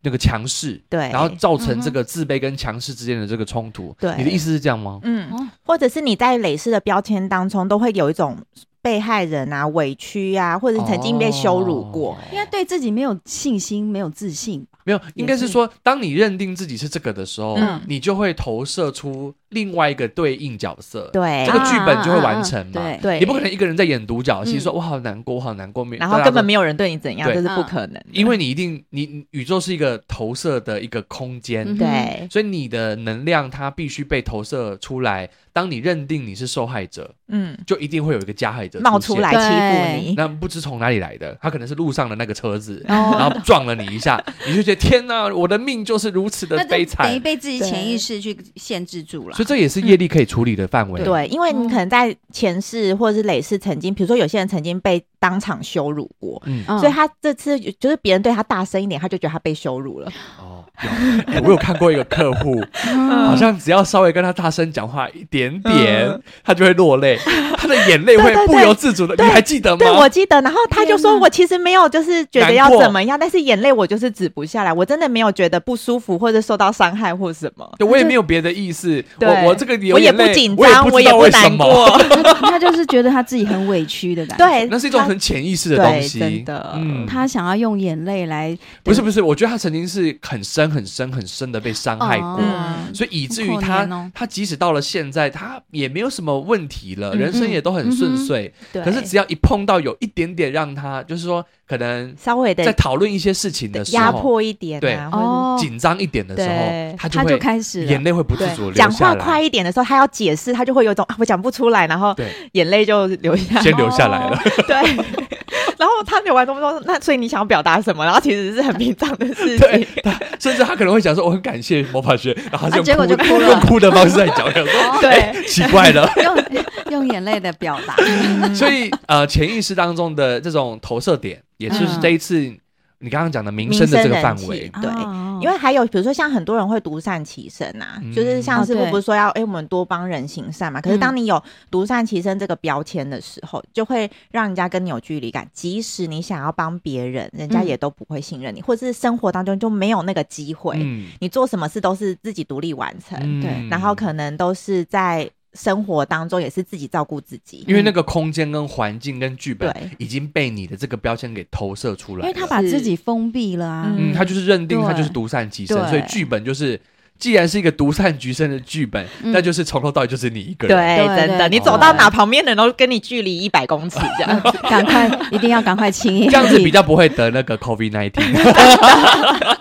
Speaker 2: 那个强势，
Speaker 3: 对，
Speaker 2: 然后造成这个自卑跟强势之间的这个冲突。
Speaker 3: 对
Speaker 2: 你的意思是这样吗？
Speaker 3: 嗯
Speaker 4: 哦，
Speaker 3: 或者是你在累世的标签当中，都会有一种被害人啊、委屈啊，或者你曾经被羞辱过。
Speaker 2: 哦
Speaker 4: 应该对自己没有信心，没有自信吧？
Speaker 2: 没有，应该是说，当你认定自己是这个的时候，
Speaker 3: 嗯
Speaker 2: 你就会投射出另外一个对应角色。
Speaker 3: 对啊
Speaker 2: 这个剧本就会完成嘛
Speaker 4: 啊啊啊
Speaker 3: 对，
Speaker 4: 对，
Speaker 2: 你不可能一个人在演独角戏，
Speaker 4: 嗯
Speaker 2: 说我好难过，我好难过，没
Speaker 3: 然后
Speaker 2: 大家
Speaker 3: 根
Speaker 2: 都
Speaker 3: 本没有人对你怎样，
Speaker 2: 啊对
Speaker 3: 这是不可能的。
Speaker 2: 因为你一定，你你宇宙是一个投射的一个空间，
Speaker 4: 嗯
Speaker 3: 对，
Speaker 2: 所以你的能量它必须被投射出来。当你认定你是受害者，
Speaker 3: 嗯，
Speaker 2: 就一定会有一个加害者
Speaker 3: 冒
Speaker 2: 出
Speaker 3: 出
Speaker 2: 现
Speaker 3: 来欺负你，
Speaker 2: 那不知从哪里来的，他可能是路上的那个车子，然
Speaker 4: 哦，
Speaker 2: 后撞了你一下，你就觉得天哪，我的命就是如此的
Speaker 4: 那
Speaker 2: 悲
Speaker 4: 就等于
Speaker 2: 惨。
Speaker 4: 被自己潜意识去限制住了
Speaker 2: 所以。这也是业力可以处理的范围。
Speaker 3: 对，哦因为你可能在前世或者是累世曾经，比如说有些人曾经被当场羞辱过。
Speaker 2: 嗯，
Speaker 4: 嗯
Speaker 3: 所以他这次就是别人对他大声一点，他就觉得他被羞辱了。
Speaker 2: 哦，我有看过一个客户，
Speaker 3: 嗯
Speaker 2: 好像只要稍微跟他大声讲话一点点
Speaker 3: 嗯，
Speaker 2: 他就会落泪，他的眼泪会
Speaker 3: 对对对
Speaker 2: 不由自主的。你还记得吗？
Speaker 3: 对，我记得。然后他就说
Speaker 4: 天哪
Speaker 3: 我其实没有，就是觉得
Speaker 2: 难
Speaker 3: 要
Speaker 2: 过
Speaker 3: 怎么样，但是眼泪我就是止不下来，我真的没有觉得不舒服或者受到伤害或什么。
Speaker 2: 对我也没有别的意思，
Speaker 3: 对
Speaker 2: 我我这个流
Speaker 3: 我也
Speaker 2: 眼
Speaker 3: 不
Speaker 2: 泪
Speaker 3: 紧
Speaker 2: 也
Speaker 3: 张，
Speaker 2: 不
Speaker 3: 我
Speaker 2: 知
Speaker 3: 也
Speaker 2: 道
Speaker 3: 不
Speaker 2: 为什
Speaker 3: 难
Speaker 2: 么，
Speaker 3: 过。
Speaker 4: 他他就是 觉得他自己很委屈的感 觉。
Speaker 3: 对，
Speaker 2: 那是一种
Speaker 3: 他
Speaker 2: 很潜意识的东西，
Speaker 3: 对真的
Speaker 2: 嗯，
Speaker 4: 他想要用眼泪来
Speaker 2: 不是不是，我觉得他曾经是很深很深很深的被伤害过，
Speaker 3: 嗯
Speaker 2: 嗯
Speaker 4: 哦
Speaker 2: 所以以至于
Speaker 4: 好可
Speaker 2: 他、
Speaker 4: 怜哦
Speaker 2: 他即使到了现在，他也没有什么问题了，
Speaker 3: 嗯
Speaker 2: 人生也都很顺遂。
Speaker 3: 对，
Speaker 2: 可是只要一碰到有一点点让他，就是说可能
Speaker 3: 稍微
Speaker 2: 在
Speaker 3: 的
Speaker 2: 讨论一些事情的时
Speaker 3: 压
Speaker 2: 候，
Speaker 3: 迫一点、啊，
Speaker 2: 对
Speaker 3: 或者是
Speaker 4: 哦，
Speaker 2: 紧张一点的时候
Speaker 3: 对，
Speaker 2: 他就
Speaker 4: 他就
Speaker 2: 会
Speaker 4: 开始了
Speaker 2: 眼。泪会不自主流
Speaker 3: 对，讲
Speaker 2: 下
Speaker 3: 话
Speaker 2: 来，
Speaker 3: 快一点的时候，他要解释，他就会有一种啊， 我讲不出来，然后
Speaker 2: 对
Speaker 3: 眼泪就流下来。
Speaker 2: 先流下来了。
Speaker 3: 对，然后他流完都说，那所以你想要表达什么？然后其实是很平常的事
Speaker 2: 对
Speaker 3: 情。
Speaker 2: 他 甚至他可能会讲说：“我很感谢魔法学。”然后他
Speaker 4: 啊结
Speaker 2: 用
Speaker 4: 果
Speaker 2: 哭
Speaker 4: 就哭了
Speaker 2: 用哭的方式在讲，我想说哎
Speaker 4: 哦
Speaker 3: 对，
Speaker 2: 奇怪了。
Speaker 4: 用 用眼泪的表 达，
Speaker 2: 所以呃，潜意识当中的这种投射点，也就是
Speaker 4: 嗯
Speaker 2: 这一次你刚刚讲的民生的这个范围
Speaker 3: 民生人气。对
Speaker 4: 哦
Speaker 3: 因为还有比如说像很多人会独善其身啊，
Speaker 2: 嗯
Speaker 3: 就是
Speaker 4: 哦
Speaker 3: 像师傅
Speaker 4: 对
Speaker 3: 不是说要哎、诶我们多帮人行善嘛？可是当你有独善其身这个标签的时候，就会让人家跟你有距离感。即使你想要帮别人，人家
Speaker 4: 嗯
Speaker 3: 也都不会信任你，或者是生活当中就没有那个机会，
Speaker 2: 嗯
Speaker 3: 你做什么事都是自己独立完成，
Speaker 2: 嗯
Speaker 4: 对
Speaker 3: 然后可能都是在生活当中也是自己照顾自己，
Speaker 2: 因为那个空间跟环境跟剧本
Speaker 3: 嗯对
Speaker 2: 已经被你的这个标签给投射出
Speaker 4: 因
Speaker 2: 来了，
Speaker 4: 为他把自己封闭了啊，
Speaker 2: 嗯，他就是认定
Speaker 4: 对
Speaker 2: 他就是独善其身，
Speaker 4: 对
Speaker 2: 所以剧本就是。既然是一个独善其身的剧本，
Speaker 4: 嗯
Speaker 2: 那就是从头到尾就是你一个人。
Speaker 3: 对，
Speaker 4: 对
Speaker 3: 真
Speaker 4: 对
Speaker 3: 的，你
Speaker 2: 对
Speaker 3: 走到哪，旁边的人都跟你距离一百公尺这 样。
Speaker 4: 赶快一定要赶快清一
Speaker 2: 这样子比较不会得那个 COVID nineteen。。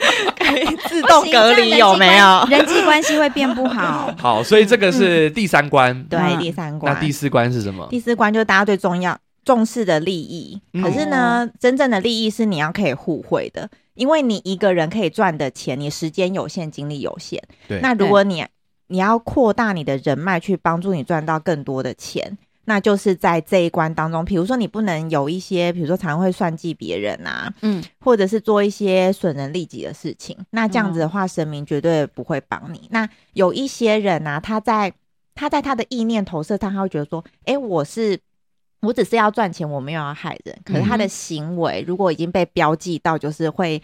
Speaker 3: 自动隔离有没有？
Speaker 4: 人际关系会变不好
Speaker 2: 好，所以这个是第三关。
Speaker 3: 嗯
Speaker 4: 嗯
Speaker 3: 对，第三
Speaker 2: 嗯
Speaker 3: 关。
Speaker 2: 那第四关是什么？
Speaker 3: 第四关就是大家最重要重视的利益，
Speaker 2: 嗯
Speaker 3: 可是呢，真正的利益是你要可以互惠的，因为你一个人可以赚的钱，你时间有限，精力有限。
Speaker 2: 对
Speaker 3: 那如果你你要扩大你的人脉，去帮助你赚到更多的钱。那就是在这一关当中，比如说你不能有一些，比如说常会算计别人啊，
Speaker 4: 嗯，
Speaker 3: 或者是做一些损人利己的事情，那
Speaker 2: 嗯
Speaker 3: 这样子的话，神明绝对不会帮你。那有一些人啊，他在他在他的意念投射上，他会觉得说，诶，我是我只是要赚钱，我没有要害人。
Speaker 2: 嗯
Speaker 3: 可是他的行为如果已经被标记到，就是会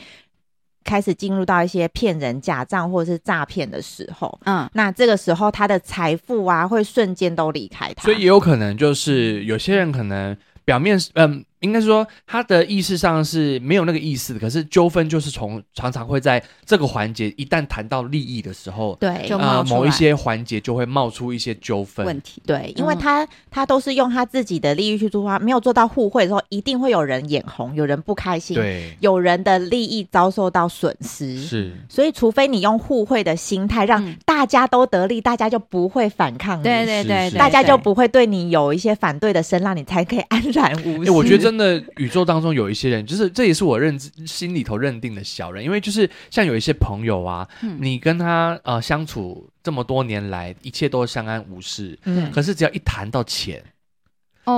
Speaker 3: 开始进入到一些骗人、假账或者是诈骗的时候，
Speaker 4: 嗯，
Speaker 3: 那这个时候他的财富啊，会瞬间都离开他。
Speaker 2: 所以也有可能就是有些人可能表面是嗯，应该说他的意识上是没有那个意思的，可是纠纷就是从常常会在这个环节一旦谈到利益的时候，
Speaker 3: 对
Speaker 4: 就
Speaker 2: 呃
Speaker 4: 冒出来
Speaker 2: 某一些环节就会冒出一些纠纷
Speaker 4: 问。题
Speaker 3: 对，因为
Speaker 4: 嗯
Speaker 3: 他、他都是用他自己的利益去出发，没有做到互惠的时候，一定会有人眼红，有人不开心，
Speaker 2: 对，
Speaker 3: 有人的利益遭受到损失。
Speaker 2: 是
Speaker 3: 所以，除非你用互惠的心态，让
Speaker 4: 嗯
Speaker 3: 大家都得利，大家就不会反抗你，
Speaker 4: 对对
Speaker 2: 是
Speaker 4: 对
Speaker 2: 是
Speaker 4: 对，
Speaker 3: 大家就
Speaker 4: 对
Speaker 3: 不会对你有一些反对的声浪，你才可以安然无
Speaker 2: 哎、
Speaker 3: 事。
Speaker 2: 我觉得真的宇宙当中有一些人，就是这也是我认知心里头认定的小人，因为就是像有一些朋友啊，
Speaker 4: 嗯
Speaker 2: 你跟他呃相处这么多年来，一切都相安无事，
Speaker 3: 嗯，
Speaker 2: 可是只要一谈到钱，
Speaker 4: 哦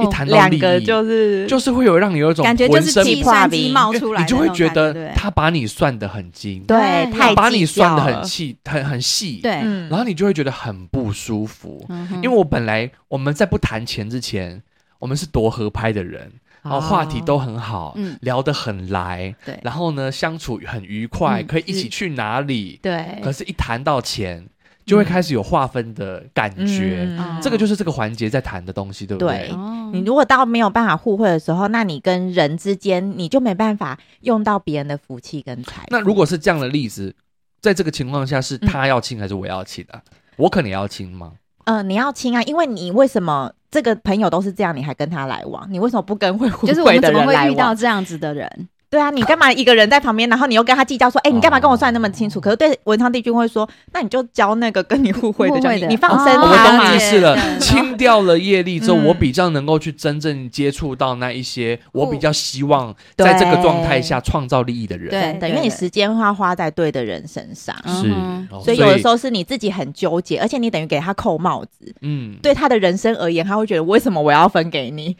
Speaker 2: 一谈到
Speaker 3: 两
Speaker 2: 利益，
Speaker 3: 个就是
Speaker 2: 就是会有让你有一种
Speaker 4: 感觉就
Speaker 2: 浑
Speaker 4: 是
Speaker 2: 身
Speaker 4: 计
Speaker 2: 不
Speaker 4: 算机冒出来
Speaker 2: 你
Speaker 4: 的那
Speaker 2: 就
Speaker 4: 种
Speaker 2: 会
Speaker 4: 感
Speaker 2: 觉
Speaker 4: 觉，
Speaker 2: 得
Speaker 4: 对
Speaker 2: 他把你算的很精，
Speaker 3: 对
Speaker 4: 对
Speaker 3: 太
Speaker 2: 把你
Speaker 3: 计
Speaker 2: 算的
Speaker 3: 较
Speaker 2: 很
Speaker 3: 了，
Speaker 2: 细，很很细，，
Speaker 4: 对，嗯
Speaker 3: 嗯
Speaker 2: 然后你就会觉得很不舒服。
Speaker 4: 因
Speaker 2: 因为我本来我们在不谈钱之前，我们是多合拍的人，然后话题都很好，
Speaker 4: 哦嗯
Speaker 2: 聊得很来，
Speaker 4: 对
Speaker 2: 然后呢相处很愉快，
Speaker 4: 嗯
Speaker 2: 可以一起去哪里。
Speaker 3: 对
Speaker 2: 可是，一谈到钱，就会开始有划分的感觉。
Speaker 4: 嗯
Speaker 2: 这个就是这个环节在谈的东西，对不对
Speaker 3: 对？
Speaker 4: 哦
Speaker 3: 你如果到没有办法互惠的时候，那你跟人之间你就没办法用到别人的福气跟财富。
Speaker 2: 那如果是这样的例子，在这个情况下是他
Speaker 4: 嗯
Speaker 2: 要亲还是我要亲啊？我可能也要亲吗？
Speaker 3: 呃你要亲啊，因为你为什么这个朋友都是这样，你还跟他来往？你为什么不跟会互
Speaker 4: 就是我
Speaker 3: 惠
Speaker 4: 们
Speaker 3: 的
Speaker 4: 怎么
Speaker 3: 人来
Speaker 4: 会遇到
Speaker 3: 往？
Speaker 4: 这样子的人？
Speaker 3: 对啊，你干嘛一个人在旁边，然后你又跟他计较说，哎、你干嘛跟我算得那么清楚？可是对文昌帝君会说，那你就教那个跟你互惠的，
Speaker 4: 互
Speaker 3: 就
Speaker 4: 惠
Speaker 3: 你
Speaker 4: 的
Speaker 3: 你放生
Speaker 4: 哦
Speaker 2: 我
Speaker 3: 他
Speaker 2: 懂
Speaker 3: 嘛。
Speaker 2: 你意思了，
Speaker 4: 对
Speaker 2: 清掉了业力之后，
Speaker 3: 嗯
Speaker 2: 我比较能够去真正接触到那一些我比较希望
Speaker 3: 对
Speaker 2: 在这个状态下创造利益的人。
Speaker 4: 对
Speaker 3: 真的，因为你时间要花在对的人身上，
Speaker 2: 是
Speaker 4: 嗯，
Speaker 2: 哦
Speaker 3: 所以有的时候是你自己很纠结，而且你等于给他扣帽子。
Speaker 2: 嗯，
Speaker 3: 对他的人生而言，他会觉得为什么我要分给你？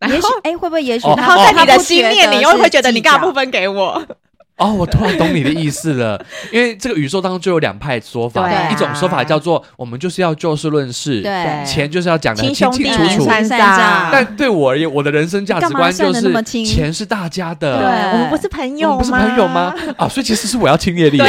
Speaker 3: 然
Speaker 4: 也许
Speaker 3: 后
Speaker 4: 哎，会不会也许
Speaker 2: 哦
Speaker 4: 他
Speaker 3: 然后在
Speaker 4: 他
Speaker 3: 你的
Speaker 4: 不
Speaker 3: 心
Speaker 4: 觉
Speaker 3: 念，
Speaker 4: 得
Speaker 3: 你又
Speaker 4: 是
Speaker 3: 会觉得
Speaker 4: 计
Speaker 3: 你干嘛
Speaker 4: 较
Speaker 3: 不分给我？
Speaker 2: 哦，我突然懂你的意思了，因为这个宇宙当中就有两派说法，
Speaker 3: 对啊
Speaker 2: 一种说法叫做我们就是要就事论事，
Speaker 4: 对，
Speaker 2: 钱就是要讲的
Speaker 3: 亲
Speaker 2: 清
Speaker 3: 兄弟
Speaker 2: 清
Speaker 4: 嗯
Speaker 2: 楚
Speaker 3: 明
Speaker 2: 楚。
Speaker 4: 算
Speaker 3: 算
Speaker 4: 账
Speaker 3: 账，
Speaker 2: 但对我而言，我的人生价值观就
Speaker 4: 干嘛算得那
Speaker 2: 是
Speaker 4: 么清
Speaker 2: 钱是大家
Speaker 3: 对
Speaker 2: 的，
Speaker 3: 我们不是朋
Speaker 2: 我
Speaker 3: 友
Speaker 2: 们
Speaker 3: 吗？
Speaker 2: 不是朋友吗？？啊，所以其实是我要亲业力。
Speaker 4: 了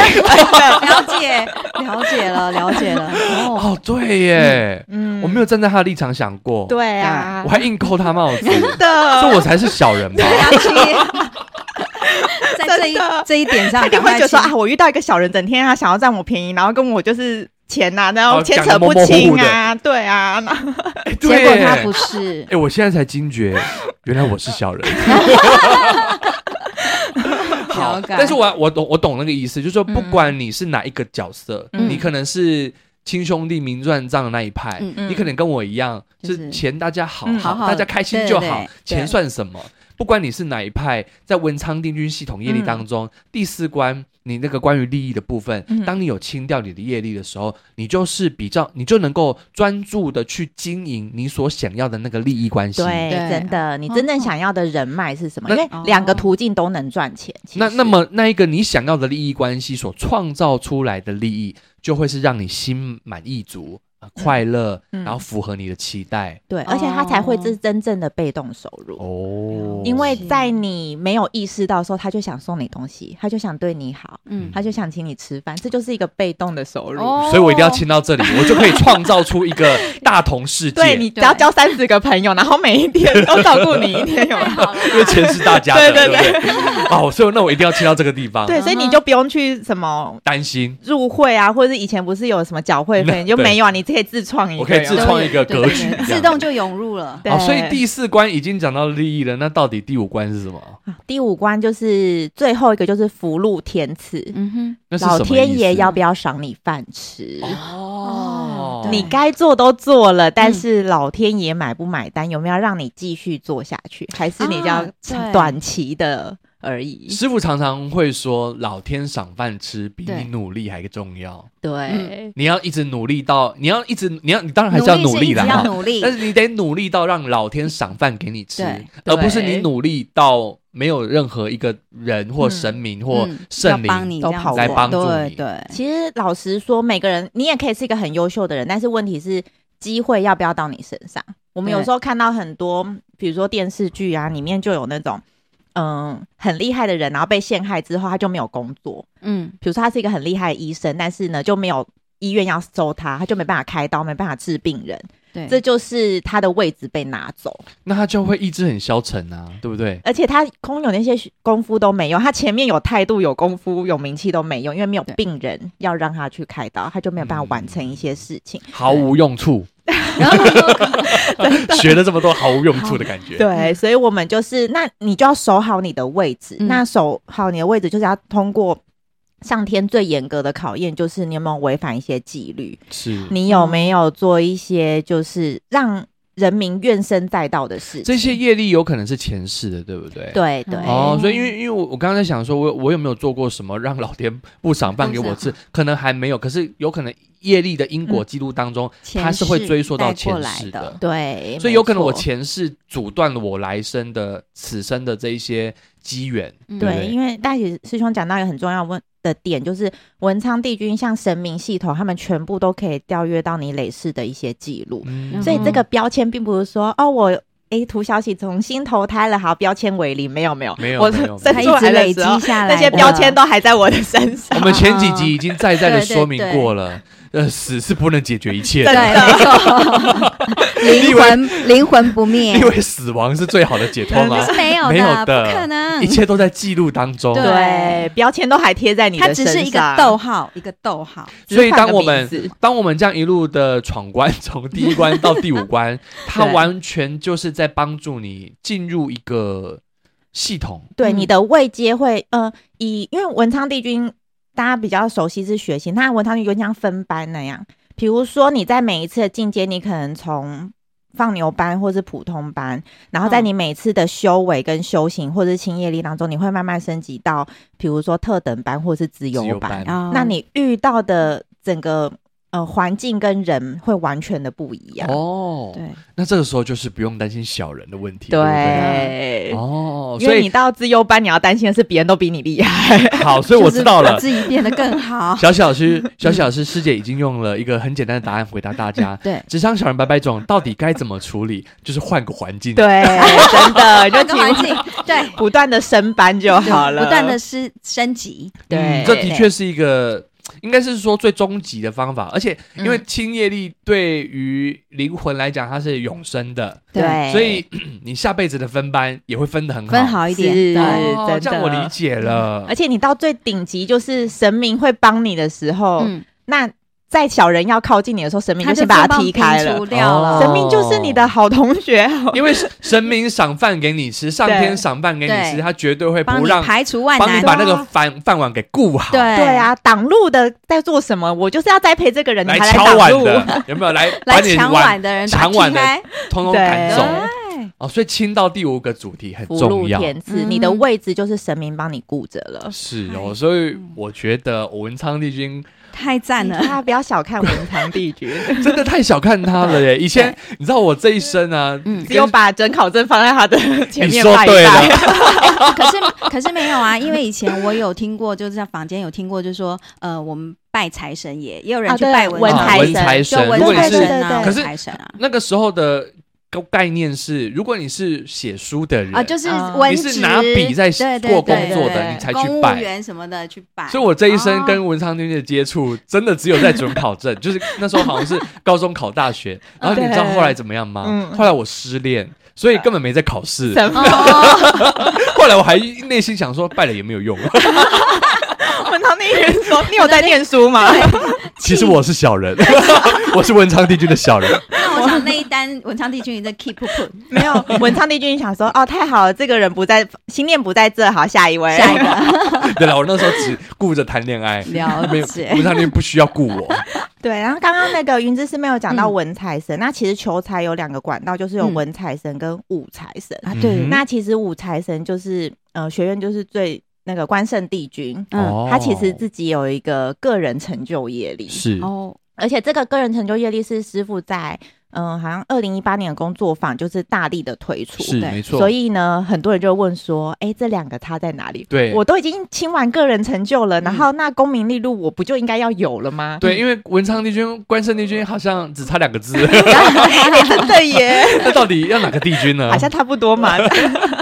Speaker 4: 解，了解了，了解了。 哦，
Speaker 2: 哦，对耶，
Speaker 3: 嗯
Speaker 2: 我没有站在他的立场想过，
Speaker 3: 对啊
Speaker 2: 哎我，还硬扣他帽 子，
Speaker 3: 的，
Speaker 2: 这我才是小人吧？
Speaker 4: 了解。 在这一
Speaker 3: 真的
Speaker 4: 这一点上，
Speaker 3: 他一定会
Speaker 4: 赶快
Speaker 3: 觉得说
Speaker 4: 请
Speaker 3: 啊，我遇到一个小人，整天他想要占我便宜，然后跟我就是钱呐、然后
Speaker 2: 哦
Speaker 3: 牵
Speaker 2: 讲
Speaker 3: 扯
Speaker 2: 得模
Speaker 3: 不
Speaker 2: 模糊糊
Speaker 3: 清
Speaker 2: 的
Speaker 3: 啊，对啊，然后
Speaker 2: 哎
Speaker 4: 结果他
Speaker 2: 对
Speaker 4: 不是
Speaker 2: 哎、，我现在才惊觉，原来我是小 人。好
Speaker 4: 了，解
Speaker 2: 但是我我懂我懂那个意思，就是说不
Speaker 3: 嗯
Speaker 2: 管你是哪一个角色，
Speaker 3: 嗯
Speaker 2: 你可能是亲兄弟明算账的那一派，
Speaker 4: 嗯
Speaker 3: 嗯
Speaker 2: 你可能跟我一样，
Speaker 4: 就是是
Speaker 2: 钱大家好
Speaker 3: 嗯
Speaker 2: 好，
Speaker 4: 好好
Speaker 2: 大家开心就好，
Speaker 4: 对对
Speaker 3: 对
Speaker 2: 钱算什么？不管你是哪一派，在文昌定军系统
Speaker 4: 嗯
Speaker 2: 业力当中，第四关你那个关于利益的部分，
Speaker 3: 嗯
Speaker 2: 当你有清掉你的业力的时候，你就是比较，你就能够专注的去经营你所想要的那个利益关系。
Speaker 3: 对，
Speaker 4: 对
Speaker 3: 哎真的，你真正想要的人脉是什么？
Speaker 2: 那
Speaker 3: 因为
Speaker 4: 哦
Speaker 3: 两个途径都能赚钱。其
Speaker 2: 那
Speaker 3: 实
Speaker 2: 那么那一个你想要的利益关系所创造出来的利益，就会是让你心满意足、啊快乐，
Speaker 3: 嗯
Speaker 2: 然后符合你的期待
Speaker 3: 对，而且他才会
Speaker 4: 哦
Speaker 3: 是真正的被动收入。
Speaker 2: 哦。
Speaker 3: 因为在你没有意识到的时候，他就想送你东西，他就想对你好，
Speaker 4: 嗯
Speaker 3: 他就想请你吃饭，这就是一个被动的收入。
Speaker 4: 哦
Speaker 2: 哦所以我一定要亲到这里，我就可以创造出一 个大同世界。
Speaker 3: 对你只要
Speaker 4: 对
Speaker 3: 交三十个朋友，然后每一天都照顾你一天，有没有？
Speaker 4: 好了
Speaker 2: 因为钱是大家的，
Speaker 3: 对
Speaker 2: 对
Speaker 3: 对
Speaker 2: 不对？哦，所以那我一定要亲到这个地方。
Speaker 3: 对，所
Speaker 4: 嗯
Speaker 3: 以你就不用去什么
Speaker 2: 担心，
Speaker 3: 入会啊，或者是以前不是有什么缴会 费，你就
Speaker 2: 对
Speaker 3: 没有啊，你可以自创一个。
Speaker 2: 我可以自
Speaker 3: 有没有
Speaker 4: 对
Speaker 2: 创一个格局
Speaker 4: 对对对
Speaker 2: 这样
Speaker 4: 自动就涌入了。
Speaker 3: 对
Speaker 2: 哦，所以第四关已经讲到利益了，那到底第五关是什么？
Speaker 3: 第五关就是最后一个，就是福禄天赐，
Speaker 4: 嗯哼，
Speaker 2: 那是什么
Speaker 3: 老天爷
Speaker 2: 意思
Speaker 3: 要不要赏你饭吃？
Speaker 2: 哦
Speaker 4: 哦，
Speaker 3: 你
Speaker 4: 对
Speaker 3: 该做都做了，但是
Speaker 4: 嗯
Speaker 3: 老天爷买不买单，有没有让你继续做下去，还是你就要
Speaker 4: 啊对
Speaker 3: 短期的而已？
Speaker 2: 师傅常常会说，老天赏饭吃比
Speaker 4: 对
Speaker 2: 你努力还重要。
Speaker 3: 对，
Speaker 2: 你要一直努力到，你要一直，你要你当然还是要努
Speaker 4: 努力
Speaker 2: 力
Speaker 4: 是一
Speaker 2: 啦，
Speaker 4: 直要
Speaker 2: 哈
Speaker 4: 努力，
Speaker 2: 但是你得努力到让老天赏饭给你吃
Speaker 4: 对，
Speaker 2: 而不是你努力到没有任何一个人或神明或
Speaker 4: 嗯
Speaker 2: 圣
Speaker 4: 要帮
Speaker 2: 灵
Speaker 4: 你
Speaker 3: 都
Speaker 4: 这样
Speaker 3: 跑
Speaker 4: 子
Speaker 2: 来帮助
Speaker 4: 对
Speaker 2: 你
Speaker 4: 对，
Speaker 3: 其实老实说，每个人你也可以是一个很优秀的人，但是问题是机会要不要到你身上？我们有
Speaker 4: 对
Speaker 3: 时候看到很多，比如说电视剧啊，里面就有那种嗯很厉害的人，然后被陷害之后，他就没有工作。
Speaker 4: 嗯，
Speaker 3: 比如说他是一个很厉害的医生，但是呢就没有医院要收他，他就没办法开刀，没办法治病人。
Speaker 4: 对，
Speaker 3: 这就是他的位置被拿走，
Speaker 2: 那他就会意志很消沉啊，对不对？
Speaker 3: 而且他空有那些功夫都没用，他前面有态度、有功夫、有名气都没用，因为没有
Speaker 4: 对
Speaker 3: 病人要让他去开刀，他就没有办法
Speaker 2: 嗯
Speaker 3: 完成一些事情。
Speaker 2: 毫无用 处，
Speaker 4: 然后
Speaker 2: 学了这么多毫无用处的感觉。
Speaker 3: 对，所以我们就是，那你就要守好你的位置，
Speaker 4: 嗯
Speaker 3: 那守好你的位置就是要通过。上天最严格的考验就是你有没有违反一些纪律，
Speaker 2: 是
Speaker 3: 你有没有做一些就是让人民怨声载道的事情。
Speaker 2: 这些业力有可能是前世的，对不对？。
Speaker 3: 对对，
Speaker 2: 哦，所以因为因为我我刚刚在想说，我我有没有做过什么让老天不赏饭给我吃？可能还没有，可是有可能业力的因果记录当中，
Speaker 4: 前
Speaker 2: 它是会追溯到
Speaker 4: 世带
Speaker 2: 前
Speaker 4: 过来
Speaker 2: 世的
Speaker 4: 的，
Speaker 3: 对，
Speaker 2: 所以有可能
Speaker 3: 没
Speaker 2: 我
Speaker 3: 错
Speaker 2: 前世阻断了我来生的此生的这一些机缘。
Speaker 4: 嗯
Speaker 2: 对不
Speaker 3: 对，因为大姐师兄讲到一个很重要问的点，就是文昌帝君像神明系统，他们全部都可以调阅到你累世的一些记录，
Speaker 2: 嗯
Speaker 3: 所以这个标签并不是说哦我。诶，涂小喜重新投胎了，好，标签为零，没有没有，
Speaker 2: 没有
Speaker 3: 我
Speaker 2: 没有
Speaker 3: 生
Speaker 4: 它
Speaker 3: 出
Speaker 4: 一直
Speaker 3: 来
Speaker 4: 累
Speaker 3: 的
Speaker 4: 积
Speaker 3: 时候，
Speaker 4: 下
Speaker 3: 那
Speaker 4: 来的，
Speaker 3: 些标签都还在我的身上
Speaker 2: 我。们前几集已经再再的
Speaker 4: 对对
Speaker 2: 说明过了，呃，死是不能解决一切
Speaker 4: 对，
Speaker 2: 的。
Speaker 4: 没错，
Speaker 2: 你以
Speaker 4: 灵
Speaker 2: 为
Speaker 4: 魂灵魂不 灭
Speaker 2: 因，为死亡是最好的解脱吗？
Speaker 4: 是没有
Speaker 2: 没有
Speaker 4: 的，
Speaker 2: 的
Speaker 4: 不可能
Speaker 2: 一，切都在记录当中。
Speaker 4: 对
Speaker 3: 对，标签都还贴在你的
Speaker 4: 它
Speaker 3: 身上，
Speaker 4: 只是一个逗，号，一个逗号，
Speaker 2: 所以当我
Speaker 3: 只是换个名
Speaker 2: 们
Speaker 3: 字
Speaker 2: 当我们这样一路的闯关，从第一关到第五 关，它
Speaker 3: 对
Speaker 2: 完全就是在帮助你进入一个系统。
Speaker 3: 对，
Speaker 4: 嗯
Speaker 3: 你的位阶会，呃，以因为文昌帝君大家比较熟悉是学习，那文昌帝君像分班那样，比如说你在每一次的进阶，你可能从放牛班或是普通班，然后在
Speaker 4: 嗯
Speaker 3: 你每次的修为跟修行或是清业力当中，你会慢慢升级到，比如说特等班或是自
Speaker 2: 自由
Speaker 3: 由班，
Speaker 2: 班
Speaker 4: 哦
Speaker 3: 那你遇到的整个。呃环境跟人会完全的不一样。
Speaker 2: 哦，
Speaker 3: 对
Speaker 2: 那这个时候就是不用担心小人的问题，对不对
Speaker 3: 对，
Speaker 2: 哦，
Speaker 3: 因
Speaker 2: 所
Speaker 3: 为
Speaker 2: 以
Speaker 3: 你到资优班，你要担心的是别人都比你厉害。
Speaker 2: 好，所以我知道
Speaker 4: 就是把
Speaker 2: 了。。
Speaker 4: 自己变得更 好。
Speaker 2: 小小师，小小师师姐已经用了一个很简单的答案回答大家
Speaker 4: 对，
Speaker 2: 职场小人百百种到底该怎么处理？就是换个环境。
Speaker 3: 对，真的，就
Speaker 4: 换个
Speaker 3: 请
Speaker 4: 环境，对，
Speaker 3: 不断的升班就好了，
Speaker 4: 不断的升升级，
Speaker 3: 对、
Speaker 2: 嗯这的确是一个，应该是说最终极的方法。而且，因为清业力对于灵魂来讲，它是永生的，
Speaker 3: 对，
Speaker 2: 所以 你下辈子的分班也会分得很好。
Speaker 4: 分好一点，
Speaker 3: 是
Speaker 4: 对
Speaker 2: 哦，
Speaker 3: 真的嗯
Speaker 2: 这样我理解了。
Speaker 3: 而且你到最顶级，就是神明会帮你的时候，
Speaker 4: 嗯，
Speaker 3: 那在小人要靠近你的时候，神明
Speaker 4: 他
Speaker 3: 先
Speaker 4: 就
Speaker 3: 把
Speaker 4: 它
Speaker 3: 它踢开了。
Speaker 4: 掉
Speaker 2: 哦
Speaker 4: 了。
Speaker 3: 神明就是你的好同学，
Speaker 4: 哦
Speaker 3: 哦
Speaker 2: 因为是神明赏饭给你吃，上天赏饭给你吃，
Speaker 4: 对
Speaker 2: 他绝对会
Speaker 4: 帮
Speaker 2: 不
Speaker 4: 你
Speaker 2: 让
Speaker 4: 排除万
Speaker 2: 帮你
Speaker 4: 难，哦
Speaker 2: 把那个饭饭碗给顾好。
Speaker 4: 对
Speaker 3: 对啊，挡路的在做什么？我就是要栽培这个人，你
Speaker 2: 来
Speaker 3: 还
Speaker 2: 敲
Speaker 3: 挡
Speaker 2: 碗
Speaker 3: 路，
Speaker 2: 的有没有？来把
Speaker 4: 来
Speaker 2: 你
Speaker 4: 抢碗的人
Speaker 2: 抢
Speaker 4: 把
Speaker 2: 碗
Speaker 4: 踢
Speaker 2: 的
Speaker 4: 开，哎
Speaker 2: 通通
Speaker 3: 对
Speaker 2: 赶走
Speaker 4: 对
Speaker 2: 哦。所以清到第五个主题很
Speaker 3: 福
Speaker 2: 重
Speaker 3: 禄
Speaker 2: 要，
Speaker 3: 填赐，
Speaker 4: 嗯
Speaker 3: 你的位置就是神明帮你顾着了。
Speaker 2: 是
Speaker 4: 哎
Speaker 2: 哦。所以我觉得文昌帝君
Speaker 4: 太赞了
Speaker 3: 大。家不要小看文昌帝 君，
Speaker 2: 真的太小看他了耶！以前你知道我这一生啊，
Speaker 4: 嗯
Speaker 3: 只有把准考证放在他的前
Speaker 2: 你
Speaker 3: 面
Speaker 2: 说
Speaker 3: 拜一
Speaker 2: 对
Speaker 3: 拜。
Speaker 2: 了，嗯
Speaker 4: 可是可是没有啊，因为以前我有听过，就是在坊间有听过，就是说，呃，我们拜财神也，也有人去
Speaker 3: 啊对
Speaker 4: 拜
Speaker 3: 文
Speaker 4: 财
Speaker 3: 财神
Speaker 2: 财
Speaker 4: 就
Speaker 2: 神，
Speaker 4: 文
Speaker 2: 如果你
Speaker 4: 财
Speaker 3: 对对
Speaker 2: 是
Speaker 4: 神啊，
Speaker 3: 对
Speaker 2: 可
Speaker 4: 文
Speaker 2: 是
Speaker 4: 财神啊，
Speaker 2: 那个时候的概念是，如果你是写书的人
Speaker 4: 啊，就是
Speaker 3: 嗯
Speaker 4: 文
Speaker 2: 你
Speaker 4: 职
Speaker 2: 是拿笔在
Speaker 4: 对对
Speaker 2: 做工
Speaker 4: 对
Speaker 2: 作
Speaker 3: 对对
Speaker 2: 的，你才
Speaker 4: 公
Speaker 2: 去
Speaker 4: 务
Speaker 2: 拜。
Speaker 4: 员什么的去拜。
Speaker 2: 所以，我这一生
Speaker 4: 哦
Speaker 2: 跟文昌帝君的接触，真的只有在准考证，就是那时候好像是高中考大学，
Speaker 4: 哦
Speaker 2: 然后你知道后来怎么样吗？
Speaker 3: 嗯
Speaker 2: 后来我失恋，所以根本没在考试。
Speaker 3: 什么？
Speaker 4: 哦，
Speaker 2: 后来我还内心想说，拜了也没有用。
Speaker 3: 文昌帝君说：“你有在念书吗？”
Speaker 2: 其实我是小人， 我是文昌帝君的小人。
Speaker 4: 那我想那一单文昌帝君在 keep put
Speaker 3: 没有，文昌帝君想说：“哦，太好了，这个人不在，心念不在这，好，下一位。
Speaker 4: 下一个
Speaker 2: 对了，我那时候只顾着谈恋爱，
Speaker 4: 了
Speaker 2: 没有
Speaker 4: 解啊
Speaker 2: 文昌帝君不需要顾我。
Speaker 3: 对，然后刚刚那个云芝师没有讲到
Speaker 4: 嗯
Speaker 3: 文财神，那其实求财有两个管道，就是有
Speaker 4: 嗯
Speaker 3: 文财神跟武财神。
Speaker 4: 啊，
Speaker 2: 嗯
Speaker 4: 对，
Speaker 3: 那其实武财神就是呃，学院就是最那个关圣帝君。
Speaker 4: 嗯，
Speaker 2: 哦
Speaker 3: 他其实自己有一个个人成就业力，
Speaker 2: 是
Speaker 4: 哦，
Speaker 3: 而且这个个人成就业力是师傅在嗯、呃好像二零一八年的工作坊就是大力的推出，
Speaker 2: 是
Speaker 4: 对
Speaker 2: 没错，
Speaker 3: 所以呢，很多人就会问说，哎、这两个差在哪里？
Speaker 2: 对嗯
Speaker 3: 我都已经清完个人成就了，然后那功名利禄我不就应该要有了吗？
Speaker 2: 对，因为文昌帝君、关圣帝君好像只差两个 字，
Speaker 3: 哎，真的耶，
Speaker 2: 那到底要哪个帝君呢
Speaker 3: 好？像差不多嘛。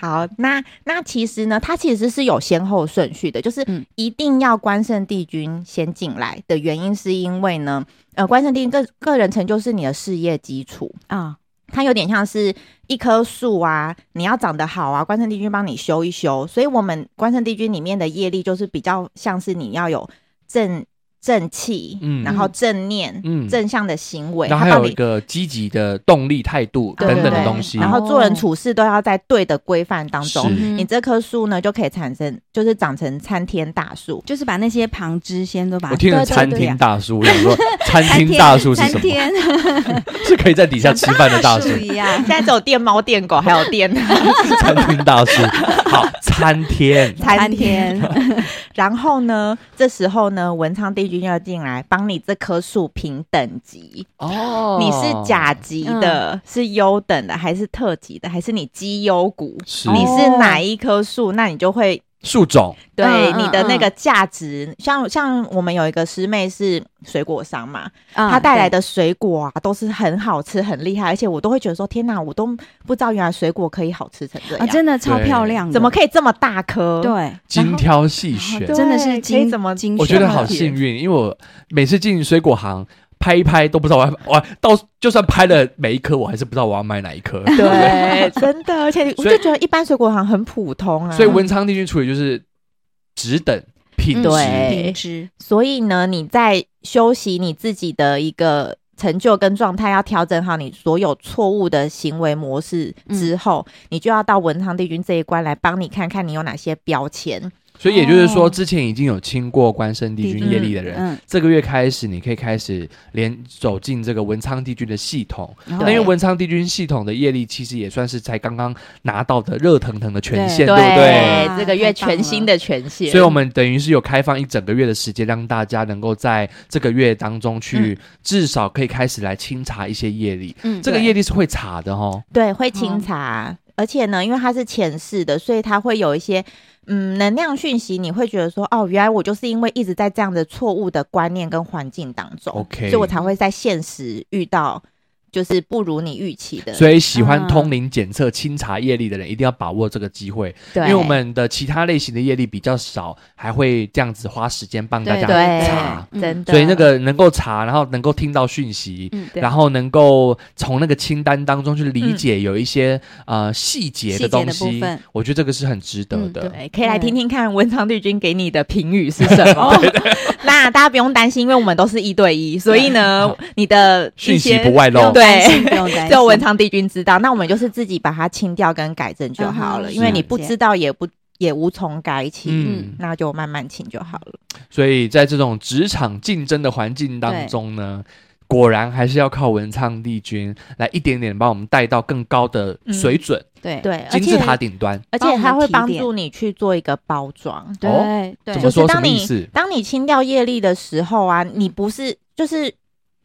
Speaker 3: 好，那那其实呢，它其实是有先后顺序的，就是
Speaker 4: 嗯
Speaker 3: 一定要关圣帝君先进来的原因，是因为呢，呃，关圣帝君个个人成就是你的事业基础，
Speaker 4: 啊，
Speaker 3: 它有点像是一棵树啊，你要长得好啊，关圣帝君帮你修一修。所以，我们关圣帝君里面的业力就是比较像是你要有正正气，
Speaker 2: 嗯
Speaker 3: 然后正念、
Speaker 2: 嗯
Speaker 3: 正向的行为，
Speaker 2: 然
Speaker 3: 它
Speaker 2: 后还
Speaker 3: 帮
Speaker 2: 有一
Speaker 3: 你。
Speaker 2: 个积极的动力、态度
Speaker 3: 对
Speaker 2: 等等
Speaker 3: 对
Speaker 2: 的
Speaker 3: 对
Speaker 2: 东西
Speaker 3: 然。后做人处事都要在对的规范当中
Speaker 2: 是，
Speaker 4: 嗯
Speaker 3: 你这棵树呢就可以产生，就是长成参天大树。
Speaker 4: 就是把那些旁枝先都把它
Speaker 2: 我听了
Speaker 3: 对对
Speaker 2: 餐
Speaker 3: 对
Speaker 2: 厅大叔，我想 说餐
Speaker 4: 三
Speaker 2: 厅
Speaker 4: 天
Speaker 2: 大叔是什
Speaker 4: 三
Speaker 2: 么？
Speaker 4: 天
Speaker 2: 是可以在底下吃饭的大叔
Speaker 4: 树，一样
Speaker 3: 现，在只有电猫、电狗，还有电
Speaker 2: 餐厅大叔。好，餐天
Speaker 4: 三天，
Speaker 3: 然后呢，这时候呢，文昌帝君要进来帮你这棵树评等级，
Speaker 2: 哦
Speaker 3: 你是甲级的，是优等的，还是特级的，还是你绩优股？
Speaker 2: 是
Speaker 3: 你是
Speaker 4: 哦
Speaker 3: 哪一棵树？那你就会
Speaker 2: 树种
Speaker 3: 对、
Speaker 4: 嗯
Speaker 3: 你的那
Speaker 4: 嗯
Speaker 3: 个价值，像像我们有一个师妹是水果商嘛，她
Speaker 4: 他
Speaker 3: 带来的水果啊都是很好吃、很厉害，而且我都会觉得说，天哪，我都不知道原来水果可以好吃成这
Speaker 4: 啊，
Speaker 3: 样，
Speaker 4: 真的超
Speaker 2: 对
Speaker 4: 漂亮的，
Speaker 3: 怎么可以这么大颗？
Speaker 4: 对，
Speaker 2: 精挑细选
Speaker 3: 然后，
Speaker 4: 真的
Speaker 3: 哦对可
Speaker 4: 是
Speaker 3: 以
Speaker 4: 精
Speaker 3: 怎么
Speaker 4: 精
Speaker 2: 我觉
Speaker 4: 选
Speaker 2: 得
Speaker 4: 的
Speaker 2: 好幸运，因为我每次进水果行拍一拍都不知道我要我到就算拍了每一颗，我还是不知道我要买哪一颗。
Speaker 3: 对， 真的，而且我
Speaker 2: 所以
Speaker 3: 就觉得一般水果行很普通啊。
Speaker 2: 所以文昌帝君处理就是只等品
Speaker 4: 嗯
Speaker 2: 质，
Speaker 3: 对
Speaker 4: 品质，
Speaker 3: 所以呢，你在休息你自己的一个成就跟状态，要调整好你所有错误的行为模
Speaker 4: 嗯
Speaker 3: 式之后，你就要到文昌帝君这一关来帮你看看你有哪些标签，
Speaker 2: 所以也就是说，
Speaker 4: 哦
Speaker 2: 之前已经有清过关圣帝君业力的人，
Speaker 4: 嗯，
Speaker 2: 这个月开始你可以开始连走进这个文昌帝君的系统。
Speaker 4: 然后
Speaker 2: 那因为文昌帝君系统的业力其实也算是才刚刚拿到的热腾腾的权限，
Speaker 4: 对
Speaker 2: 对不对？
Speaker 4: 对
Speaker 3: 这个月全新的权限，
Speaker 2: 所以，我们等于是有开放一整个月的时间，让大家能够在这个月当中去，至少可以开始来清查一些业力。
Speaker 4: 嗯
Speaker 2: 这个
Speaker 3: 对
Speaker 2: 业力是会查的哦。
Speaker 3: 对会清查，而且呢，因为它是前世的，所以它会有一些嗯能量讯息，你会觉得说，哦，原来我就是因为一直在这样的错误的观念跟环境当中
Speaker 2: OK
Speaker 3: 所以我才会在现实遇到就是不如你预期的，
Speaker 2: 所以，喜欢
Speaker 4: 嗯
Speaker 2: 通灵检测、清查业力的人，一定要把握这个机会，
Speaker 3: 对
Speaker 2: 因为我们的其他类型的业力比较少，还会这样子花时间帮大
Speaker 4: 对
Speaker 2: 家。
Speaker 3: 对
Speaker 2: 查
Speaker 4: 嗯
Speaker 3: 真的，
Speaker 2: 所以，那个能够查，然后能够听到讯息，
Speaker 4: 嗯
Speaker 3: 对
Speaker 2: 然后能够从那个清单当中去理解有一些、呃细节的东
Speaker 4: 细节的部
Speaker 2: 西
Speaker 4: 分，
Speaker 2: 我觉得这个是很值得
Speaker 4: 嗯
Speaker 2: 的。
Speaker 3: 对，可以来听听看文昌帝君给你的评语是什么。
Speaker 2: 哦
Speaker 3: 那大家不用担心，因为我们都是一对一，所以呢，你的
Speaker 2: 讯
Speaker 3: 一
Speaker 2: 息
Speaker 3: 些
Speaker 2: 不外
Speaker 4: 不用
Speaker 2: 露。
Speaker 4: 担
Speaker 3: 对
Speaker 4: 心，不用
Speaker 2: 哎
Speaker 4: 担
Speaker 3: 只有文
Speaker 4: 心。
Speaker 3: 昌帝君知道。那我们就是自己把它清掉跟改正就好了，
Speaker 4: 嗯哼
Speaker 3: 因为
Speaker 2: 是
Speaker 3: 你不知道也不也无从改起，
Speaker 2: 嗯，
Speaker 3: 那就慢慢清就好了。
Speaker 2: 所以在这种职场竞争的环境当中呢，果然还是要靠文昌帝君来一点点把我们带到更高的水准，
Speaker 4: 对
Speaker 3: 嗯对，而
Speaker 2: 金字
Speaker 3: 且
Speaker 2: 塔顶端。
Speaker 3: 而且它会帮助你去做一个包装。
Speaker 2: 对
Speaker 4: 对
Speaker 2: 哦怎
Speaker 4: 对
Speaker 2: 么说？
Speaker 3: 就是
Speaker 2: 什
Speaker 3: 当
Speaker 2: 么
Speaker 3: 你嗯
Speaker 2: 意思？
Speaker 3: 当你清掉业力的时候啊，你不是就是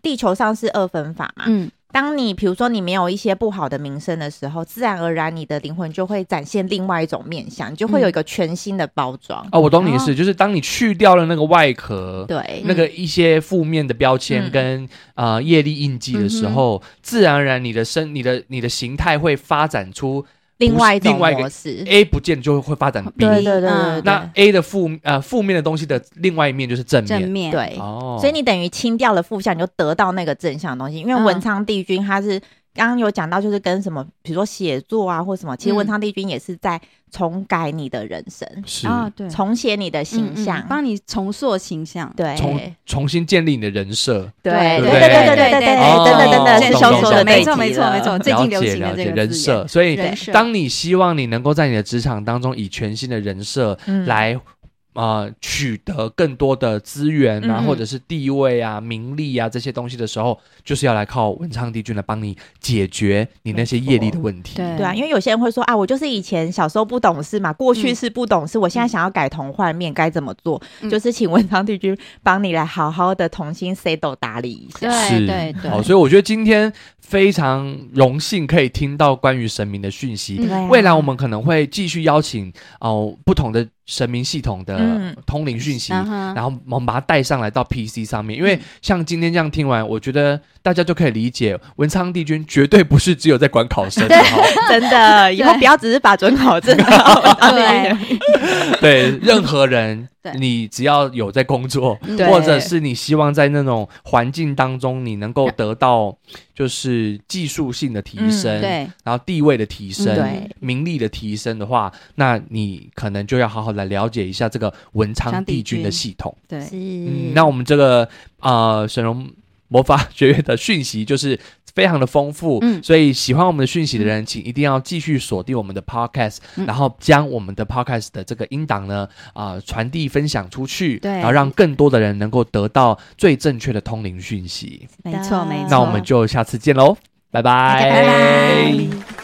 Speaker 3: 地球上是二分法嘛？
Speaker 4: 嗯，
Speaker 3: 当你比如说你没有一些不好的名声的时候，自然而然你的灵魂就会展现另外一种面相，你就
Speaker 2: 嗯
Speaker 3: 会有一个全新的包装。
Speaker 2: 哦，我懂你的事，
Speaker 4: 哦
Speaker 2: 就是当你去掉了那个外壳，
Speaker 3: 对，
Speaker 2: 那个一些负面的标签
Speaker 3: 嗯
Speaker 2: 跟啊、呃业力印记的时候，自然而然你的身、你的、你的形态会发展出
Speaker 3: 另外一种
Speaker 2: 另外一个哎
Speaker 3: 模式。
Speaker 2: A 不见就会发展 B，
Speaker 3: 嗯对对对对
Speaker 4: 嗯
Speaker 3: 对
Speaker 2: 那 A 的负呃负面的东西的另外一面就是正面。
Speaker 4: 正面
Speaker 3: 对，
Speaker 2: 哦，
Speaker 3: 所以你等于清掉了负向，你就得到那个正向的东西。因为
Speaker 4: 嗯
Speaker 3: 文昌帝君他是刚刚有讲到，就是跟什么，比如说写作啊或什么，其实
Speaker 4: 嗯
Speaker 3: 文昌帝君也是在重改你的人生，
Speaker 2: 是
Speaker 4: 啊，对，
Speaker 3: 重写你的形
Speaker 4: 嗯嗯
Speaker 3: 象。
Speaker 4: 帮你重塑形象。
Speaker 3: 对，
Speaker 2: 重重新建立你的人设。
Speaker 3: 对
Speaker 4: 对
Speaker 3: 对
Speaker 2: 对
Speaker 3: 对
Speaker 2: 对
Speaker 3: 对对对
Speaker 4: 对
Speaker 3: 对
Speaker 2: 哦
Speaker 3: 对，真的真的
Speaker 2: 懂
Speaker 3: 是修
Speaker 2: 懂
Speaker 3: 说的
Speaker 2: 懂
Speaker 4: 没
Speaker 3: 对
Speaker 4: 错
Speaker 3: 极
Speaker 4: 没错
Speaker 3: 了
Speaker 4: 没错，最
Speaker 2: 了
Speaker 4: 近流
Speaker 2: 解
Speaker 4: 行的
Speaker 2: 了
Speaker 4: 这
Speaker 2: 解
Speaker 4: 个
Speaker 2: 人
Speaker 4: 字眼
Speaker 2: 设，所以
Speaker 4: 人
Speaker 3: 对
Speaker 4: 设
Speaker 2: 当你希望你能够在你的职场当中以全新的人设
Speaker 3: 嗯
Speaker 2: 来、呃取得更多的资源啊，
Speaker 3: 嗯嗯
Speaker 2: 或者是地位啊、名利啊这些东西的时候，就是要来靠文昌帝君来帮你解决你那些业力的问题。
Speaker 4: 对
Speaker 3: 对啊，因为有些人会说啊，我就是以前小时候不懂事嘛，过去是不懂事，我现在想要改头换面，该怎么做？
Speaker 4: 嗯
Speaker 3: 就是请文昌帝君帮你来好好的重新 set 打理一下。
Speaker 4: 对
Speaker 2: 是
Speaker 4: 对对，
Speaker 2: 好，所以我觉得今天非常荣幸可以听到关于神明的讯息。
Speaker 4: 嗯
Speaker 3: 对啊
Speaker 2: 未来我们可能会继续邀请哦、不同的神明系统的
Speaker 3: 嗯
Speaker 2: 通灵讯息，
Speaker 4: 嗯哼
Speaker 2: 然后我们把它带上来到 PC 上面，因为像今天这样听完，我觉得大家就可以理解，文昌帝君绝对不是只有在管考生，好
Speaker 3: 真的，以后不要只是把准考证
Speaker 4: 对
Speaker 3: 对
Speaker 2: 对任何人
Speaker 4: 对，
Speaker 2: 你只要有在工作，
Speaker 3: 对
Speaker 2: 或者是你希望在那种环境当中，你能够得到就是技术性的提升，
Speaker 3: 嗯
Speaker 4: 对
Speaker 2: 然后地位的提升，
Speaker 4: 嗯
Speaker 3: 对
Speaker 2: 名利的提升的话，那你可能就要好好来了解一下这个文昌帝君的系统。
Speaker 4: 对，
Speaker 2: 嗯，那我们这个呃神龙魔法学院的讯息就是非常的丰富，
Speaker 4: 嗯
Speaker 2: 所以喜欢我们的讯息的人，请一定要继续锁定我们的 podcast，、
Speaker 4: 嗯
Speaker 2: 然后将我们的 podcast 的这个音档呢啊、呃传递分享出去，
Speaker 4: 对
Speaker 2: 然后让更多的人能够得到最正确的通灵讯息。
Speaker 4: 没错没错。
Speaker 2: 那我们就下次见喽，拜拜，
Speaker 4: 拜拜。